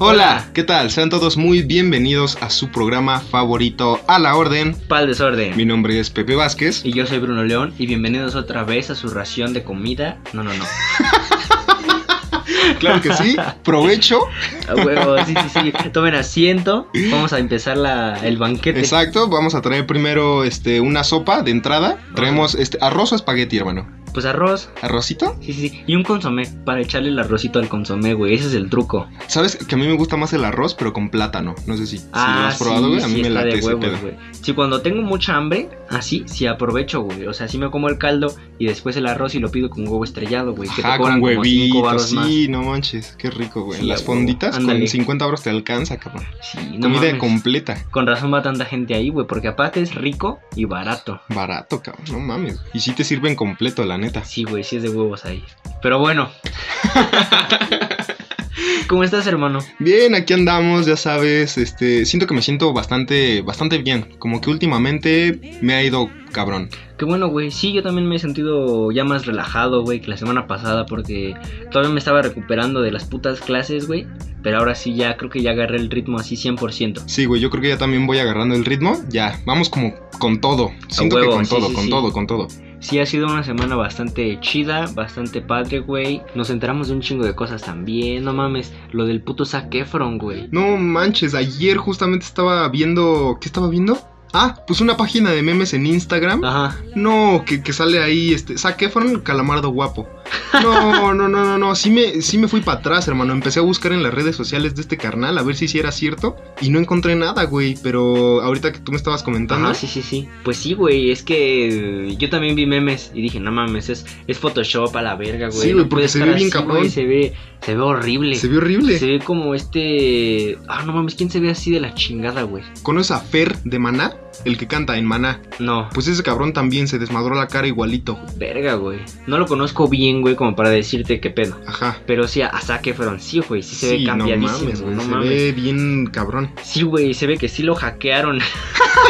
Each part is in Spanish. Hola, ¿qué tal? Sean todos muy bienvenidos a su programa favorito A la Orden. Pal Desorden. Mi nombre es Pepe Vázquez. Y yo soy Bruno León y bienvenidos otra vez a su ración de comida. No, no, no. Claro que sí, provecho. A huevo, sí, sí, sí. Tomen asiento. Vamos a empezar la, el banquete. Exacto, vamos a traer primero este, una sopa de entrada. Traemos este, arroz o espagueti, hermano. Pues arroz. ¿Arrocito? Sí, sí, sí. Y un consomé para echarle el arrocito al consomé, güey. Ese es el truco. Sabes que a mí me gusta más el arroz, pero con plátano. No sé si, si lo has probado, güey. a mí me Ah, está late de ese huevos, pedo. güey. Sí, cuando tengo mucha hambre, así, sí aprovecho, güey. O sea, sí me como el caldo y después el arroz y lo pido con huevo estrellado, güey. Que Ajá, te cobran con como cinco huevitos, baros más. sí, no manches, qué rico, güey. Sí, Las a huevo. fonditas con Ándale. 50 euros te alcanza, cabrón. Sí, no Comida mames. completa, Con razón va tanta gente ahí, güey, porque aparte es rico y barato. barato, cabrón, no mames. Y sí te sirven completo, la neta. Sí, güey, sí es de huevos ahí. Pero bueno. ¿Cómo estás, hermano? Bien, aquí andamos, ya sabes, este, siento que me siento bastante, bastante bien. Como que últimamente me ha ido cabrón. Qué bueno, güey. Sí, yo también me he sentido ya más relajado, güey, que la semana pasada porque todavía me estaba recuperando de las putas clases, güey. Pero ahora sí ya creo que ya agarré el ritmo así 100%. Sí, güey, yo creo que ya también voy agarrando el ritmo. Ya, vamos como con todo. Siento huevo, que con sí, todo, sí, con sí. todo, con todo. Sí, ha sido una semana bastante chida, bastante padre, güey. Nos enteramos de un chingo de cosas también, no mames. Lo del puto Zac Efron, güey. No manches, ayer justamente estaba viendo. ¿Qué estaba viendo? Ah, pues una página de memes en Instagram. Ajá. No, que, que sale ahí, este, Zac Efron, calamardo guapo. No, no, no, no, no, sí me, sí me fui para atrás, hermano. Empecé a buscar en las redes sociales de este carnal a ver si sí era cierto y no encontré nada, güey. Pero ahorita que tú me estabas comentando, Ajá, sí, sí, sí. Pues sí, güey, es que eh, yo también vi memes y dije, no mames, es, es Photoshop a la verga, güey. Sí, güey, no porque puede se estar ve bien así, cabrón. güey, Se ve, se ve horrible. se vio horrible. Se ve como este... Ah, no mames, ¿quién se ve así de la chingada, güey? ¿Conoces a Fer de Maná? El que canta en Maná. No, Pues ese cabrón también se desmadró la cara igualito. verga, güey. No lo conozco bien, güey, como para decirte qué pedo. Ajá. Pero sí, a Zac Efron, sí, güey, sí se ve no cambiadísimo, mames, güey, no se mames. ve bien cabrón. Sí, güey, se ve que sí lo hackearon.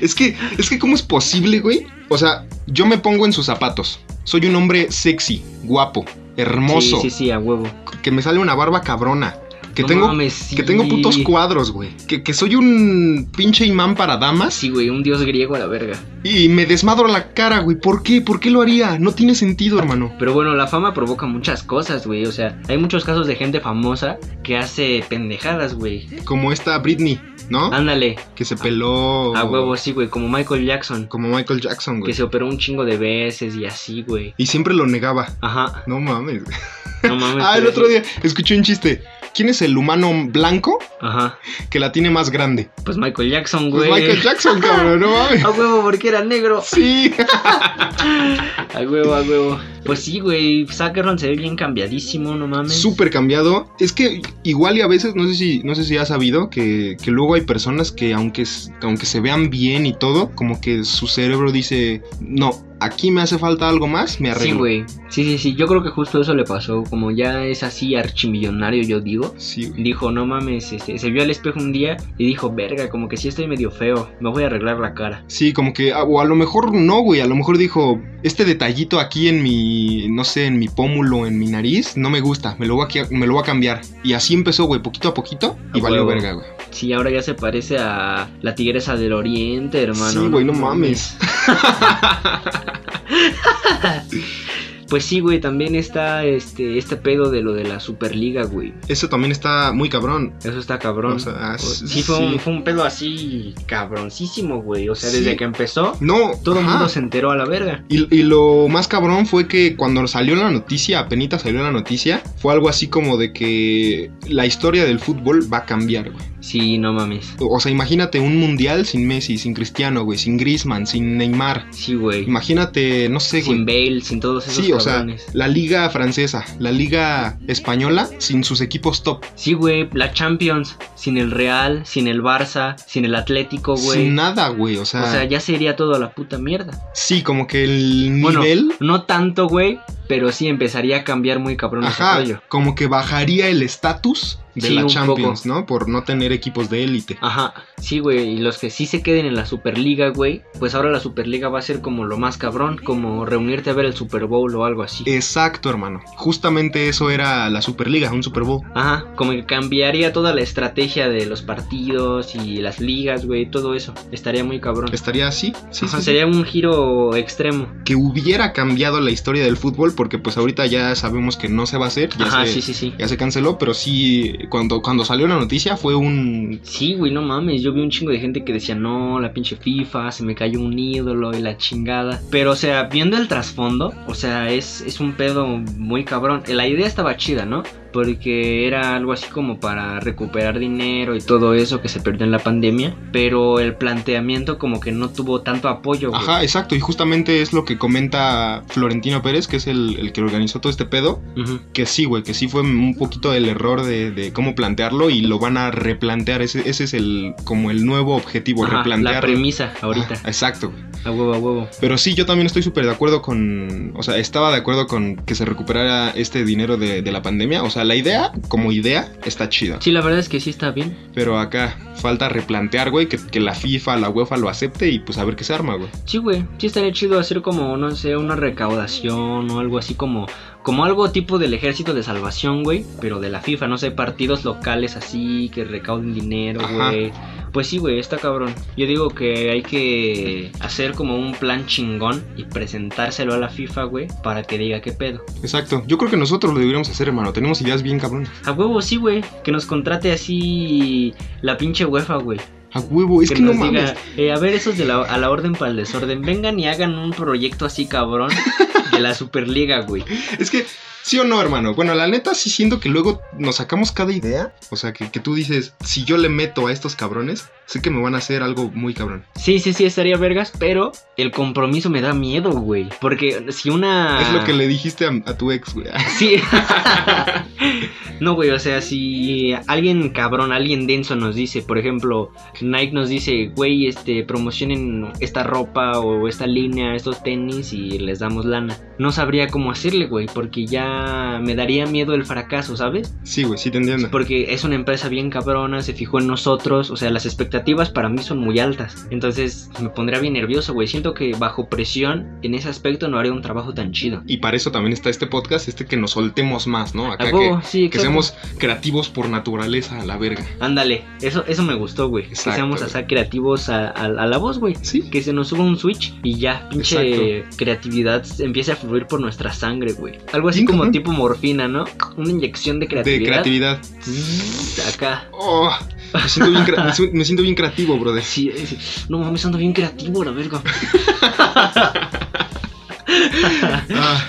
Es que, es que, ¿cómo es posible, güey? O sea, yo me pongo en sus zapatos. Soy un hombre sexy, guapo, hermoso, Sí, sí, sí, a huevo. que me sale una barba cabrona, que No tengo, mames, que sí. tengo putos cuadros, güey, que, que soy un pinche imán para damas Sí, güey, un dios griego a la verga. y me desmadro la cara, güey. ¿Por qué? ¿Por qué lo haría? No tiene sentido, hermano. Pero bueno, la fama provoca muchas cosas, güey. O sea, hay muchos casos de gente famosa que hace pendejadas, güey. Como esta Britney, ¿no? Ándale, Que se peló Ah, a huevo, sí, güey. Como Michael Jackson, como Michael Jackson, que güey. se operó un chingo de veces y así, güey. Y siempre lo negaba. Ajá, No mames. güey. no mames. Ah, el pero otro sí. día escuché un chiste. ¿Quién es el humano blanco Ajá, que la tiene más grande? pues Michael Jackson, Pues güey. Michael Jackson, cabrón, no mames. A huevo, porque era negro. Sí. A huevo, a huevo. Pues sí, güey. Zac Efron se ve bien cambiadísimo, no mames. Súper cambiado. Es que igual y a veces, no sé si, no sé si has sabido, que, que luego hay personas que aunque, s- aunque se vean bien y todo, como que su cerebro dice, no, aquí me hace falta algo más, me Sí, arreglo. güey. Sí, sí, sí. Yo creo que justo eso le pasó. Como ya es así archimillonario, yo digo. Sí, güey. Dijo, no mames, este, se vio al espejo un día y dijo, verga, como que sí estoy medio feo, me voy a arreglar la cara. Sí, como que, a- o a lo mejor no, güey, a lo mejor dijo, este detallito aquí en mi, no sé, en mi pómulo, en mi nariz, no me gusta, me lo voy a, qui- me lo voy a cambiar. Y así empezó, güey, poquito a poquito, y A valió huevo. verga, güey. Sí, ahora ya se parece a la tigresa del oriente, hermano. Sí, güey, no mames. Pues sí, güey, también está este, este pedo de lo de la Superliga, güey. Eso también está muy cabrón. Eso está cabrón. O sea, ah, sí, fue, Un, fue un pedo así cabroncísimo, güey. O sea, Sí. desde que empezó, No, todo el ajá. mundo se enteró a la verga. Y, y lo más cabrón fue que cuando salió la noticia, apenas salió la noticia, fue algo así como de que la historia del fútbol va a cambiar, güey. Sí, no mames. O sea, imagínate un mundial sin Messi, sin Cristiano, güey, sin Griezmann, sin Neymar. Sí, güey. Imagínate, no sé, Sin güey. Bale, sin todos esos Sí, o sea, cabrones. la liga francesa, la liga española sin sus equipos top, Sí, güey, la Champions, sin el Real, sin el Barça, sin el Atlético, Oh, güey. sin nada, güey. O o sea, sea, ya sería todo a la puta mierda. sí, como que el Bueno, nivel No tanto, güey, pero sí empezaría a cambiar muy cabrón ese Ajá, rollo. como que bajaría el estatus de Sí, la un Ah. Champions, ¿no? Por no tener equipos de élite. Ajá, sí, güey, y los que sí se queden en la Superliga, güey, pues ahora la Superliga va a ser como lo más cabrón, como reunirte a ver el Super Bowl o algo así. Exacto, hermano. Justamente eso era la Superliga, un Super Bowl. Ajá, como que cambiaría toda la estrategia de los partidos y las ligas, güey, todo eso. Estaría muy cabrón. Estaría así, sí, Ajá, sí, sí. sería un giro extremo. que hubiera cambiado la historia del fútbol, porque pues ahorita ya sabemos que no se va a hacer, ya, Ajá, se, sí, sí, sí. ya se canceló, pero sí, cuando, cuando salió la noticia fue un... Sí, güey, no mames, yo vi un chingo de gente que decía, no, la pinche FIFA, se me cayó un ídolo y la chingada. Pero, o sea, viendo el trasfondo, o sea, es, es un pedo muy cabrón. La idea estaba chida, ¿no? Porque era algo así como para recuperar dinero y todo eso que se perdió en la pandemia. Pero el planteamiento como que no tuvo tanto apoyo, güey. Ajá, exacto, y justamente es lo que comenta Florentino Pérez, que es el, el que organizó todo este pedo, Ujú. que sí, güey, que sí fue un poquito el error de, de cómo plantearlo y lo van a replantear, ese, ese es el como el nuevo objetivo, Ajá, la replantear. premisa ahorita, exacto, güey. a huevo, a huevo. Pero sí, yo también estoy súper de acuerdo con. O sea, estaba de acuerdo con que se recuperara este dinero de, de la pandemia. O sea, la idea, como idea, está chida. Sí, la verdad es que sí está bien. Pero acá falta replantear, güey, que, que la FIFA, la UEFA lo acepte y pues a ver qué se arma, güey. Sí, güey, sí estaría chido hacer como, no sé, una recaudación o algo así como, como algo tipo del ejército de salvación, güey, pero de la FIFA, no sé, partidos locales así que recauden dinero, Ajá. güey. Pues sí, güey, está cabrón. Yo digo que hay que hacer como un plan chingón y presentárselo a la FIFA, güey, para que diga qué pedo. Exacto. Yo creo que nosotros lo deberíamos hacer, hermano. Tenemos ideas bien cabronas. A huevo, sí, güey, que nos contrate así la pinche UEFA, güey. A huevo, es que, no nos mames. diga, eh, a ver, esos de la, a la orden para el desorden, vengan y hagan un proyecto así cabrón de la Superliga, güey. Es que, sí o no, hermano. Bueno, la neta sí siento que luego nos sacamos cada idea. O sea, que, que tú dices, si yo le meto a estos cabrones, sé que me van a hacer algo muy cabrón. Sí, sí, sí, estaría vergas, pero el compromiso me da miedo, güey. Porque si una... Es lo que le dijiste a- a tu ex, güey. Sí. no, güey, o sea, si alguien cabrón, alguien denso nos dice, por ejemplo, Nike nos dice, güey, este, promocionen esta ropa o esta línea, estos tenis y les damos lana. No sabría cómo hacerle, güey, porque ya me daría miedo el fracaso, ¿sabes? Sí, güey, sí te entiendo. Porque es una empresa bien cabrona, se fijó en nosotros, o sea, las expectativas para mí son muy altas. Entonces me pondría bien nervioso, güey. Siento que bajo presión, en ese aspecto, no haría un trabajo tan chido. Y para eso también está este podcast, este que nos soltemos más, ¿no? A Acá huevo, que, sí, que exacto. seamos creativos por naturaleza a la verga. Ándale, eso, eso me gustó, güey. Que Exacto, seamos güey. así creativos a, a- a la voz, güey. Sí. Que se nos suba un switch y ya, pinche creatividad empiece a fluir por nuestra sangre, güey. Algo así Bien, como cabrón. tipo morfina, ¿no? Una inyección de De creatividad. creatividad. Tss, Acá. Oh, me, siento bien crea- me su- me siento bien creativo, brother. Sí, sí. No mames, ando bien creativo, la verga. Ah,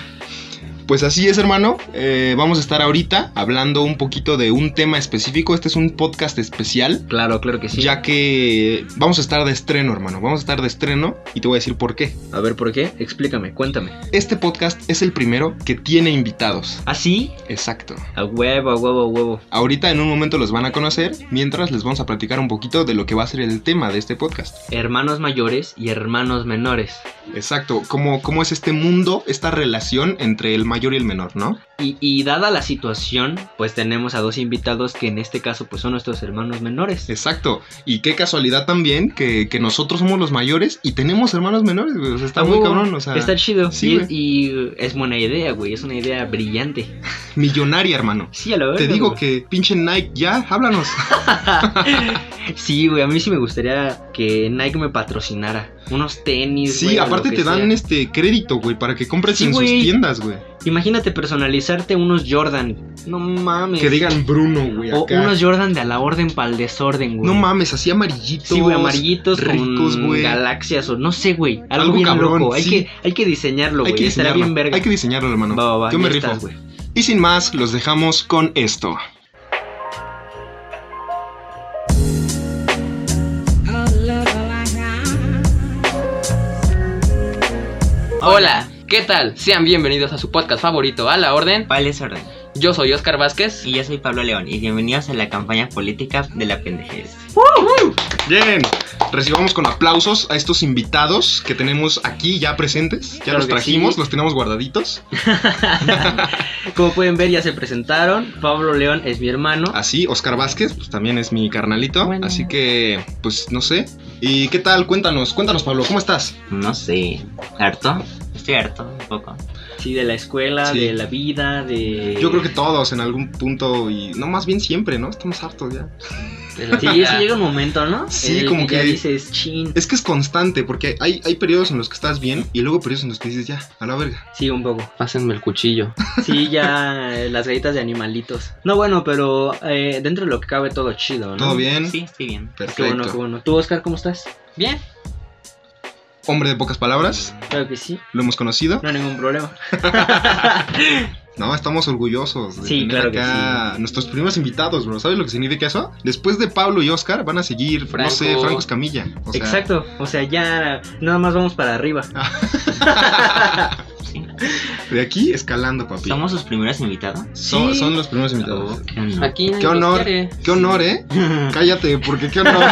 Pues así es, hermano. Eh, vamos a estar ahorita hablando un poquito de un tema específico. Este es un podcast especial. Claro, claro que sí. Ya que vamos a estar de estreno, hermano. Vamos a estar de estreno y te voy a decir por qué. A ver, ¿por qué? Explícame, cuéntame. Este podcast es el primero que tiene invitados. ¿Así? Exacto. Ah, A huevo, a huevo, a huevo. Ahorita en un momento los van a conocer, mientras les vamos a platicar un poquito de lo que va a ser el tema de este podcast. Hermanos mayores y hermanos menores. Exacto, cómo, cómo es este mundo, esta relación entre el mayor y el menor, ¿no? Y, y dada la situación, pues tenemos a dos invitados que en este caso pues son nuestros hermanos menores. Exacto, y qué casualidad también que, que nosotros somos los mayores y tenemos hermanos menores, güey, o sea, está A muy huevo, cabrón, o sea, Oh, Está chido. sí, y, y es buena idea, güey. Es una idea brillante. millonaria, hermano. Sí, a la verdad. Te digo que pinche Nike, ya, háblanos. Sí, güey. A mí sí me gustaría que Nike me patrocinara. Unos tenis, güey, Sí, o lo aparte que te dan sea. este crédito, güey, para que compres Sí, en sus güey. tiendas, güey. Imagínate personalizarte unos Jordan. No mames. Que digan Bruno, güey, O acá. unos Jordan de a la orden para el desorden, güey. No mames, así amarillitos. Sí, güey, amarillitos ricos, con güey. galaxias o no sé, güey. Algo, Algo bien cabrón, loco. Hay, sí. que, hay que diseñarlo, güey. Estará bien verga. Hay que diseñarlo, hermano. Va, va, va, Yo me ya rifo. estás, güey. y sin más, los dejamos con esto. Hola, ¿qué tal? Sean bienvenidos a su podcast favorito, A la Orden. ¿Cuál es orden? Yo soy Oscar Vázquez. Y yo soy Pablo León y bienvenidos a la campaña política de la pendejez. Bien. Recibamos con aplausos a estos invitados que tenemos aquí ya presentes. Ya Claro los que trajimos, sí. los tenemos guardaditos. Como pueden ver, ya se presentaron. Pablo León es mi hermano. Así, Oscar Vázquez, pues también es mi carnalito. Bueno. Así que, pues no sé. ¿Y qué tal? Cuéntanos, cuéntanos, Pablo, ¿cómo estás? No sé, harto. Estoy harto, un poco. Sí, de la escuela, Sí. de la vida, de. Yo creo que todos en algún punto y no más bien siempre, ¿no? Estamos hartos ya. Sí, es que llega un momento, ¿no? Sí, En el como ya que- dices, chin. Es que es constante porque hay, hay periodos en los que estás bien y luego periodos en los que dices ya, a la verga. Sí, un poco. Pásenme el cuchillo. Sí, ya eh, las galletas de animalitos. No, bueno, pero eh, dentro de lo que cabe todo chido, ¿no? Todo bien. Sí, estoy bien. Qué bueno, qué Perfecto. bueno. ¿Tú, Oscar, cómo estás? Bien. Hombre de pocas palabras, Claro que sí. lo hemos conocido. No hay ningún problema. No, estamos orgullosos de Sí, tener claro que acá a nuestros primeros invitados, bro. ¿Sabes lo que significa eso? Después de Pablo y Oscar van a seguir, no Franco. sé, Franco Escamilla. O sea, Ah. Exacto. O sea, ya nada más vamos para arriba. Sí. De aquí escalando, papi. ¿Somos sus primeros invitados? Son, Sí. son los primeros invitados. Oh, qué honor. Aquí nadie Qué nos honor. quiere. Qué honor, ¿eh? Cállate, porque qué honor.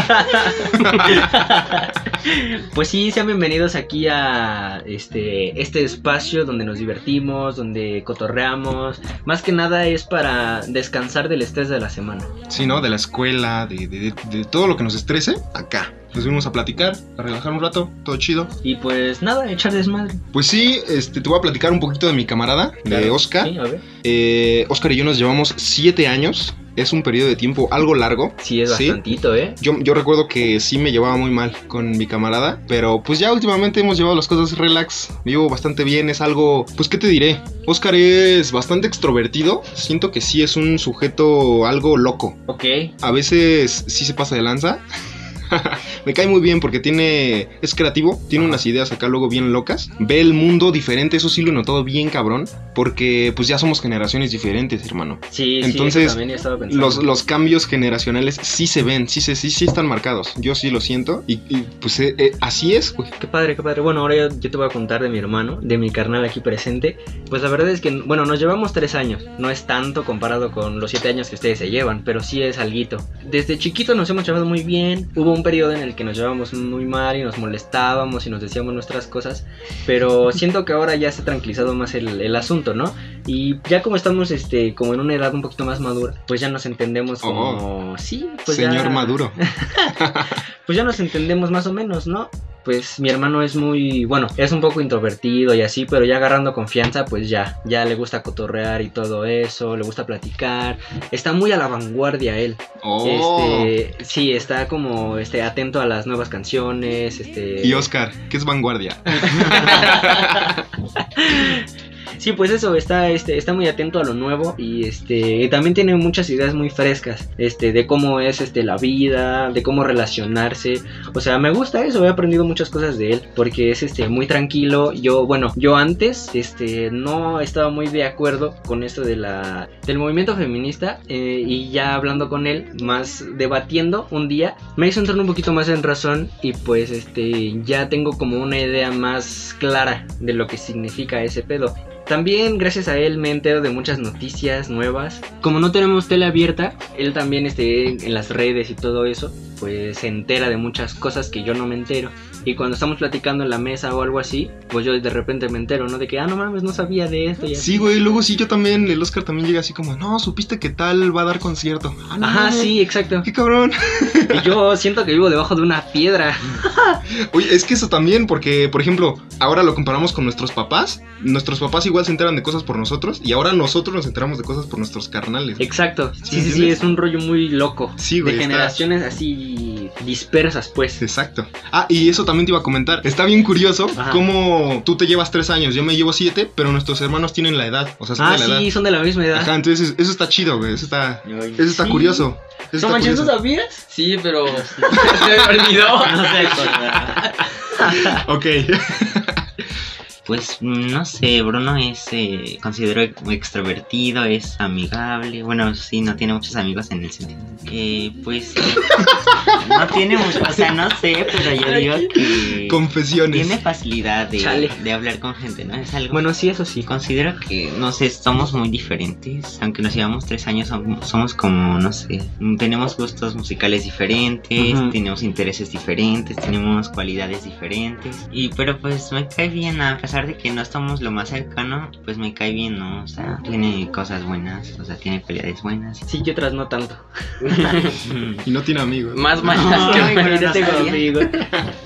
Pues sí, sean bienvenidos aquí a este, este espacio donde nos divertimos, donde cotorreamos. Más que nada es para descansar del estrés de la semana. Sí, ¿no? De la escuela, de, de- de- de todo lo que nos estrese, acá. Nos vinimos a platicar, a relajar un rato, todo chido. Y pues nada, echar desmadre. Pues sí, este, te voy a platicar un poquito de mi camarada, de Claro. Oscar. Sí, a ver. Eh, Oscar y yo nos llevamos siete años. Es un periodo de tiempo algo largo. Sí, es Sí. bastantito, ¿eh? Yo, yo recuerdo que sí me llevaba muy mal con mi camarada, pero pues ya últimamente hemos llevado las cosas relax, me llevo bastante bien, es algo, pues qué te diré, Oscar es bastante extrovertido, siento que sí es un sujeto algo loco, Ok. a veces sí se pasa de lanza. Me cae muy bien porque tiene. Es creativo, tiene unas ideas acá luego bien locas. Ve el mundo diferente, eso sí lo he notado bien cabrón. Porque pues ya somos generaciones diferentes, hermano. Sí, sí, Entonces, eso también estaba pensando. Los, los cambios generacionales sí se ven, sí, se, sí, sí están marcados. Yo sí lo siento. Y, y, pues eh, eh, así es, güey. Qué padre, qué padre. Bueno, ahora yo, yo te voy a contar de mi hermano, de mi carnal aquí presente. Pues la verdad es que, bueno, nos llevamos tres años. No es tanto comparado con los siete años que ustedes se llevan, pero sí es alguito. Desde chiquito nos hemos llevado muy bien. Hubo un periodo en el que nos llevábamos muy mal y nos molestábamos y nos decíamos nuestras cosas. Pero siento que ahora ya se ha tranquilizado más el, el asunto, ¿no? Y ya como estamos, este, como en una edad un poquito más madura, pues ya nos entendemos Oh. como... Sí, pues ya- Señor Maduro. pues ya nos entendemos más o menos, ¿no? Pues mi hermano es muy, bueno, es un poco introvertido y así, pero ya agarrando confianza, pues ya, ya le gusta cotorrear y todo eso, le gusta platicar, está muy a la vanguardia él. Oh. Este, sí, está como este atento a las nuevas canciones, este Y Oscar, ¿qué es vanguardia? Sí, pues eso, está, este, está muy atento a lo nuevo y este, también tiene muchas ideas muy frescas, este, de cómo es este, la vida, de cómo relacionarse. O sea, me gusta eso, he aprendido muchas cosas de él, porque es este, muy tranquilo. Yo, bueno, yo antes este, no estaba muy de acuerdo con esto de la, del movimiento feminista eh, y ya hablando con él, más debatiendo un día, me hizo entrar un poquito más en razón y pues este, ya tengo como una idea más clara de lo que significa ese pedo. También gracias a él me entero de muchas noticias nuevas. Como no tenemos tele abierta, él también este, en las redes y todo eso, pues se entera de muchas cosas que yo no me entero. Y cuando estamos platicando en la mesa o algo así, pues yo de repente me entero, ¿no? De que, ah, no mames, no sabía de esto. Y así. Sí, güey, luego sí, yo también, el Oscar también llega así como, no, supiste que tal va a dar concierto. Ah, no Ajá, mames, sí, exacto. Qué cabrón. Y yo siento que vivo debajo de una piedra. Oye, es que eso también, porque, por ejemplo, ahora lo comparamos con nuestros papás. Nuestros papás igual se enteran de cosas por nosotros y ahora nosotros nos enteramos de cosas por nuestros carnales. Exacto. Sí, sí, sí, ¿entiendes? es un rollo muy loco. Sí, güey, De está- generaciones así dispersas, pues. Exacto. Ah, y eso también te iba a comentar. Está bien curioso Ajá. cómo tú te llevas tres años, yo me llevo siete, pero nuestros hermanos tienen la edad. O sea, son Ah, de la sí, son de la misma edad. edad. Ajá, entonces eso está chido, güey. Eso está, eso está Sí. curioso. Eso ¿No está manches, ¿no curioso. sabías? Sí, pero. Se me olvidó. No sé, pues, con- Ok. Pues no sé, Bruno es, eh, considero extrovertido, es amigable. Bueno, sí, no tiene muchos amigos en el sentido Eh, pues. no tiene mucho. O sea, no sé, pero yo digo que. Confesiones. Tiene facilidad de, Chale. de hablar con gente, ¿no? Es algo. Bueno, sí, eso sí. Considero que, no sé, somos muy diferentes. Aunque nos llevamos tres años, som- somos como, no sé, tenemos gustos musicales diferentes, Ujú. tenemos intereses diferentes, tenemos cualidades diferentes. Y, pero pues me cae bien, a pesar de que no estamos lo más cercano, pues me cae bien, ¿no? O sea, tiene cosas buenas, o sea, tiene cualidades buenas. Sí, y otras no tanto. Y no tiene amigos. Más mañas que Ay, Pero pero ya no tengo sabía. amigos.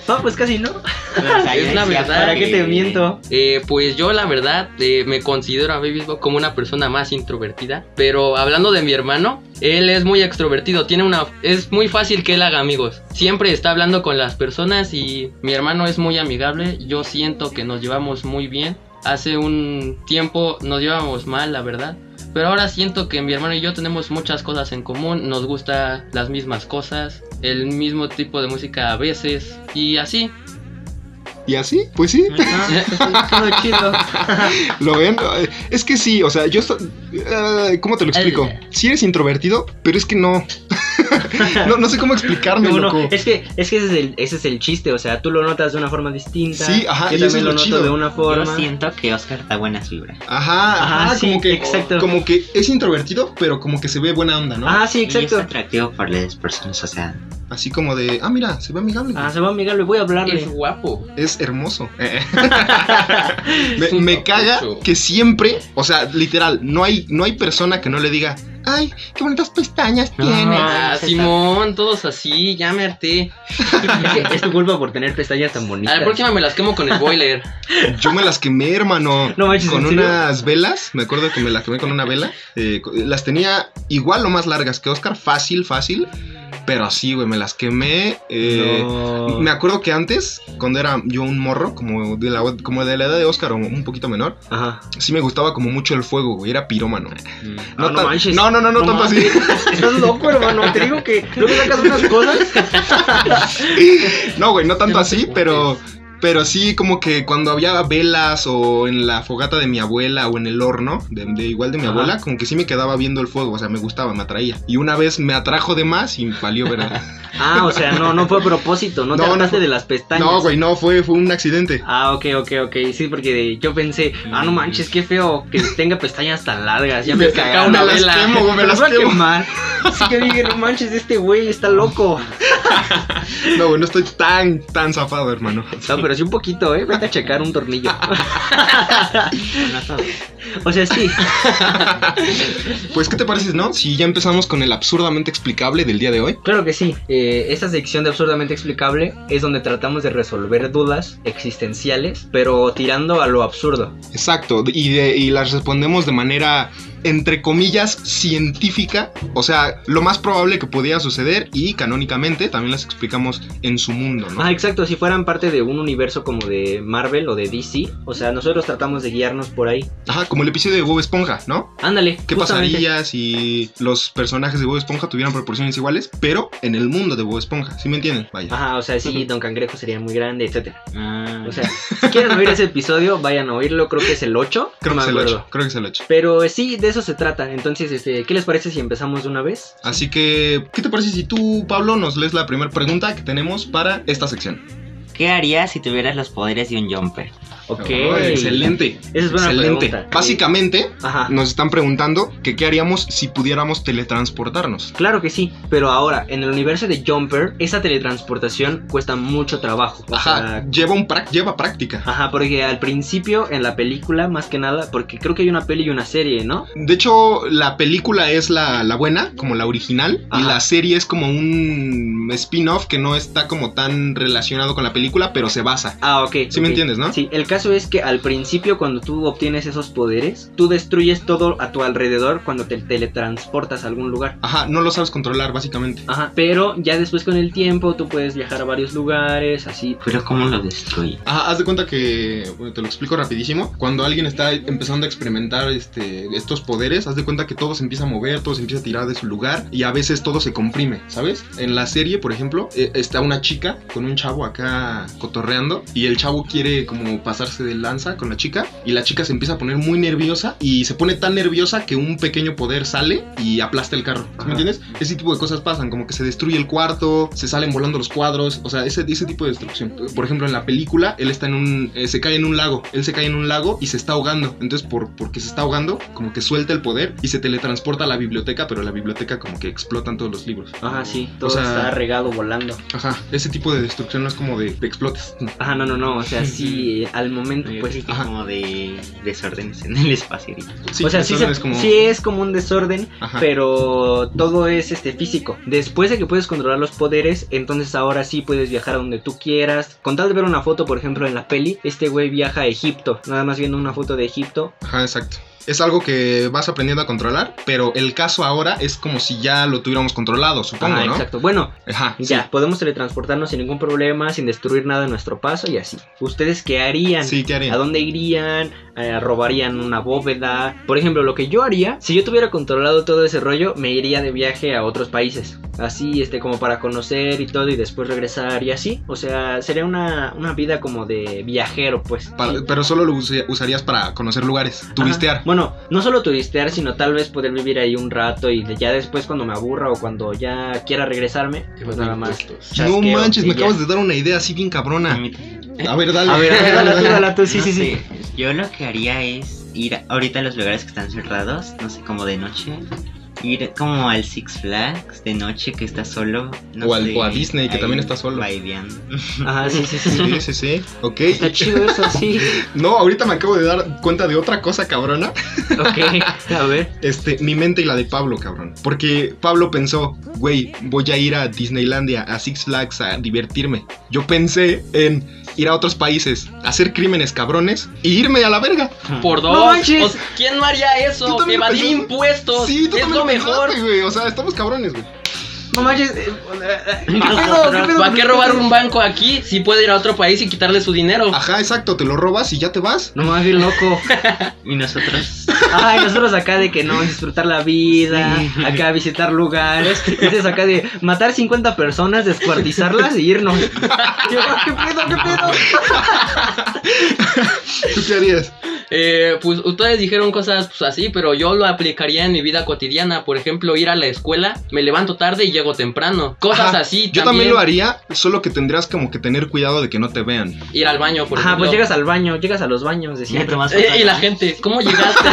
No, pues casi no. O sea, yo Es la decía, verdad. ¿Para qué te eh, miento? Eh, pues yo la verdad eh, me considero a mí mismo como una persona más introvertida, pero hablando de mi hermano, él es muy extrovertido, tiene una es muy fácil que él haga amigos. Siempre está hablando con las personas y mi hermano es muy amigable, yo siento que nos llevamos muy bien. Hace un tiempo nos llevábamos mal, la verdad. Pero ahora siento que mi hermano y yo tenemos muchas cosas en común, nos gusta las mismas cosas, el mismo tipo de música a veces y así. ¿Y así? Pues sí. Todo chido. ¿Lo ven? Eh, Es que sí, o sea, yo... so- eh, ¿Cómo te lo explico? Eh. Sí eres introvertido, pero es que no. no, no sé cómo explicarme, Qué bueno. loco. es que, es que ese, es el, ese es el chiste, o sea, tú lo notas de una forma distinta. Sí, ajá, yo y eso también es lo lo noto chido. de una Yo forma. siento que Oscar da buenas vibras. Ajá, Ajá, ajá, sí, como que... exacto. Como que es introvertido, pero como que se ve buena onda, ¿no? Ah, sí, Y es exacto. atractivo para las personas, o sea, Así como de, ah, mira, se ve amigable. Ah, se va a amigable, voy a hablarle. Es guapo. Es hermoso. Es me, un me caga papucho. que siempre, o sea, literal, no hay, no hay persona que no le diga, ay, qué bonitas pestañas No, tienes. Ah, sí, Simón, todos así, ya me harté. Es que es tu culpa por tener pestañas tan bonitas. A la próxima me las quemo con el boiler. Yo me las quemé, hermano. No manches, con ¿en serio? unas velas. Me acuerdo que me la quemé con una vela. eh, co- las tenía igual o más largas que Oscar. Fácil, fácil. Pero así, güey, me las quemé. eh, No. Me acuerdo que antes, cuando era yo un morro, como de la, como de la edad de Oscar o un poquito menor, Ajá. sí me gustaba como mucho el fuego, güey. Era pirómano. Mm. Ah, no tan- manches. no, no, no, no No tanto así. Estás loco, hermano. Te digo que luego sacas unas cosas. No, güey, no tanto No te así, culpes. pero. Pero sí, como que cuando había velas o en la fogata de mi abuela o en el horno, de, de igual de mi Ajá. abuela, como que sí me quedaba viendo el fuego, o sea, me gustaba, me atraía. Y una vez me atrajo de más y valió verdad. Ah, o sea, no, no fue a propósito. No, te No, no hartaste fue- de las pestañas. No, güey, no, fue, fue un accidente. Ah, ok, ok, ok. Sí, porque yo pensé, ah, no manches, qué feo que tenga pestañas tan largas. Ya me Me- cagaron. me las abuela. quemo, güey, me las voy a quemo. quemar. Así que dije, no manches, este güey está loco. No, güey, no estoy tan, tan zafado, hermano. No, pero sí un poquito, ¿eh? Vete a checar un tornillo. no todo. O sea, sí. Pues, ¿qué te parece, no? Si ya empezamos con el absurdamente explicable del día de hoy. Claro que sí. Eh, esta sección de Absurdamente Explicable es donde tratamos de resolver dudas existenciales, pero tirando a lo absurdo. Exacto, y, de- y las respondemos de manera, entre comillas, científica, o sea, lo más probable que podía suceder y canónicamente también las explicamos en su mundo, ¿no? Ah, exacto, si fueran parte de un universo como de Marvel o de DC, o sea, nosotros tratamos de guiarnos por ahí. Ajá, como el episodio de Bob Esponja, ¿no? Ándale. ¿Qué justamente. pasaría si los personajes de Bob Esponja tuvieran proporciones iguales, pero en el mundo de Bob Esponja? ¿Sí me entienden? Vaya. Ajá, o sea, sí, Don Cangrejo sería muy grande, etcétera. Ah, O sea, si quieren oír ese episodio, vayan a oírlo, creo que es el 8. creo, no que me se lo acuerdo. echo, creo que se lo echo. Pero eh, sí, de eso se trata. Entonces, este, ¿qué les parece si empezamos de una vez? Así que, ¿qué te parece si tú, Pablo, nos lees la primera pregunta que tenemos para esta sección? ¿Qué harías si tuvieras los poderes de un jumper? Ok. Oh, excelente. Esa es buena excelente. pregunta. Básicamente, Ajá. nos están preguntando que qué haríamos si pudiéramos teletransportarnos. Claro que sí, pero ahora, en el universo de Jumper, esa teletransportación cuesta mucho trabajo. O Ajá, sea, lleva, un prac- lleva práctica. ajá, porque al principio, en la película, más que nada, porque creo que hay una peli y una serie, ¿no? De hecho, la película es la, la buena, como la original, y Ajá. la serie es como un spin-off que no está como tan relacionado con la película, pero se basa. Ah, ok. ¿Sí me ok. entiendes, no? Sí, el caso es que al principio cuando tú obtienes esos poderes, tú destruyes todo a tu alrededor cuando te teletransportas a algún lugar. Ajá, no lo sabes controlar, básicamente. Ajá, pero ya después con el tiempo tú puedes viajar a varios lugares, así. Pero ¿cómo lo destruye? Ajá, Ah, haz de cuenta que, bueno, te lo explico rapidísimo, cuando alguien está empezando a experimentar este, estos poderes, haz de cuenta que todo se empieza a mover, todo se empieza a tirar de su lugar y a veces todo se comprime, ¿sabes? En la serie, por ejemplo, eh, está una chica con un chavo acá cotorreando y el chavo quiere como pasar pasarse de lanza con la chica y la chica se empieza a poner muy nerviosa y se pone tan nerviosa que un pequeño poder sale y aplasta el carro. ¿sí Ajá. ¿Me entiendes? Ese tipo de cosas pasan, como que se destruye el cuarto, se salen volando los cuadros, o sea, ese, ese tipo de destrucción. Por ejemplo, en la película, él está en un. eh, se cae en un lago, él se cae en un lago y se está ahogando. Entonces, por, porque se está ahogando, como que suelta el poder y se teletransporta a la biblioteca, pero la biblioteca como que explotan todos los libros. Ajá, sí, todo sea- está regado volando. Ajá, ese tipo de destrucción no es como de, de explotes. no. Ajá, no, no, no, o sea, sí, eh, al momento, Yo pues... creí que ajá. como de desórdenes en el espacio. y- Sí, o sea, eso sí, no se- es como. sí es como un desorden, Ajá. pero todo es este físico. Después de que puedes controlar los poderes, entonces ahora sí puedes viajar a donde tú quieras. Con tal de ver una foto, por ejemplo, en la peli, este güey viaja a Egipto. Nada más viendo una foto de Egipto. Ajá, exacto. Es algo que vas aprendiendo a controlar, pero el caso ahora es como si ya lo tuviéramos controlado, supongo, Ajá, Ah, ¿no? exacto. Bueno, Ajá, sí. ya, podemos teletransportarnos sin ningún problema, sin destruir nada en nuestro paso y así. ¿Ustedes qué harían? Sí, ¿qué haría? ¿A dónde irían? Eh, ¿Robarían una bóveda? Por ejemplo, lo que yo haría, si yo tuviera controlado todo ese rollo, me iría de viaje a otros países. Así, este, como para conocer y todo, y después regresar y así. O sea, sería una, una vida como de viajero, pues. Para- Sí. Pero solo lo usi- usarías para conocer lugares, turistear. Ajá. Bueno, no solo turistear, sino tal vez poder vivir ahí un rato y de- ya después cuando me aburra o cuando ya quiera regresarme, pues nada más. no chasqueo manches, y me ya. acabas de dar una idea así bien A cabrona. mí también. A ver, dale. A ver, a ver, dala tú, dala tú, sí, No sí, sí. sé, Yo lo que haría es ir a- ahorita a los lugares que están cerrados, no sé, como de noche. Ir como al Six Flags de noche que está solo. No O al- sé, o a Disney, que también está solo. vaiveando. Ajá, sí, sí, sí. Sí, sí, sí. Ok. Está chido eso, sí. No, ahorita me acabo de dar cuenta de otra cosa cabrona. Ok, a ver. Este, mi mente y la de Pablo, cabrón. Porque Pablo pensó, güey, voy a ir a Disneylandia, a Six Flags, a divertirme. Yo pensé en ir a otros países, hacer crímenes cabrones y irme a la verga. Por dos. No manches. O sea, ¿Quién no haría Tú eso? también lo Evadir pensaste. impuestos. Sí, tú es también lo pensaste, mejor. güey. O sea, estamos cabrones, güey. No manches, eh, eh, ¿qué Bajo pedo? ¿Qué otro- pedo? ¿Para qué robar un banco aquí si puede ir a otro país y quitarle su dinero? Ajá, exacto, te lo robas y ya te vas. No mames, bien loco. Y nosotros. Ay, nosotros acá de que no, disfrutar la vida, Sí. acá visitar lugares. Ustedes acá de matar 50 personas, descuartizarlas y irnos. Yo, "Ah, ¿Qué pedo? ¿Qué pedo? ¿Tú qué harías? Eh, pues ustedes dijeron cosas pues, así, pero yo lo aplicaría en mi vida cotidiana. Por ejemplo, ir a la escuela, me levanto tarde y llego temprano. Cosas Ajá, así. Yo también lo haría, solo que tendrías como que tener cuidado de que no te vean. Ir al baño, por Ajá, pues ejemplo. llegas al baño, llegas a los baños de Ya siempre. tomas Eh, foto, y la ¿no? gente, ¿cómo llegaste?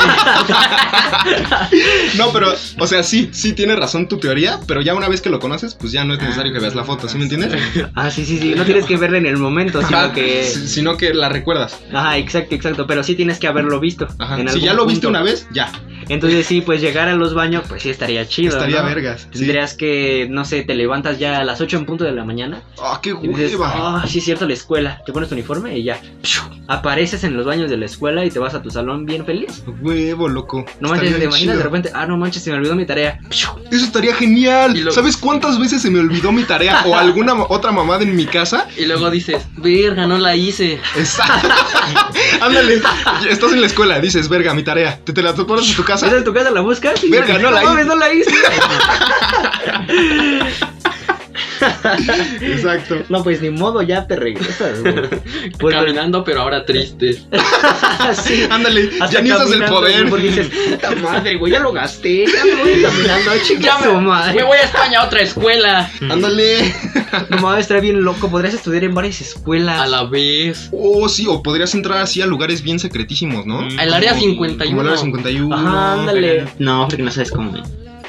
No, pero, o sea, sí, sí tiene razón tu teoría, pero ya una vez que lo conoces, pues ya no es necesario que veas la foto, ¿sí me entiendes? Ah, sí, sí, sí, no tienes que verla en el momento, Ajá, sino que... si- sino que la recuerdas. Ajá, exacto, exacto, pero sí tienes que haberlo visto. Ajá. en Si ya lo algún viste punto. una vez, ya. Entonces sí, pues llegar a los baños, pues sí estaría chido. Estaría ¿no? vergas. sí. Tendrías que, no sé, te levantas ya a las 8 en punto de la mañana Ah, qué y dices, hueva. ah, sí es cierto, la escuela. Te pones tu uniforme y ya. ¡piu! Apareces en los baños de la escuela y te vas a tu salón bien feliz. Huevo, loco. No Estaría manches, te bien imaginas chido. de repente, ah, no manches, se me olvidó mi tarea. ¡Piu! Eso estaría Y genial. lo- ¿Sabes cuántas veces se me olvidó mi tarea o alguna ma- otra mamada en mi casa? y luego dices, verga, no la hice. Exacto. Ándale. Estás en la escuela, dices, verga, mi tarea. Te te la pones en tu Vas casa. a tu casa, la buscas y Verga, no la mames, hice". no la hice. Exacto. no, pues ni modo, ya te regresas, güey. Pues, Caminando, pero ahora triste. pero- ah, sí. Ándale, Hasta ya ni usas el caminando, poder. güey, Porque dices, puta madre, güey, ya lo gasté, ya me voy caminando, Ya chinga me, su madre. me voy a España a otra escuela. Ándale. No mames, estaría bien loco. Podrías estudiar en varias escuelas. A la vez. Oh, sí, o podrías entrar así a lugares bien secretísimos, ¿no? Mm, Al área como- 51. Como el área 51. Ajá, ándale. No, porque no sabes cómo.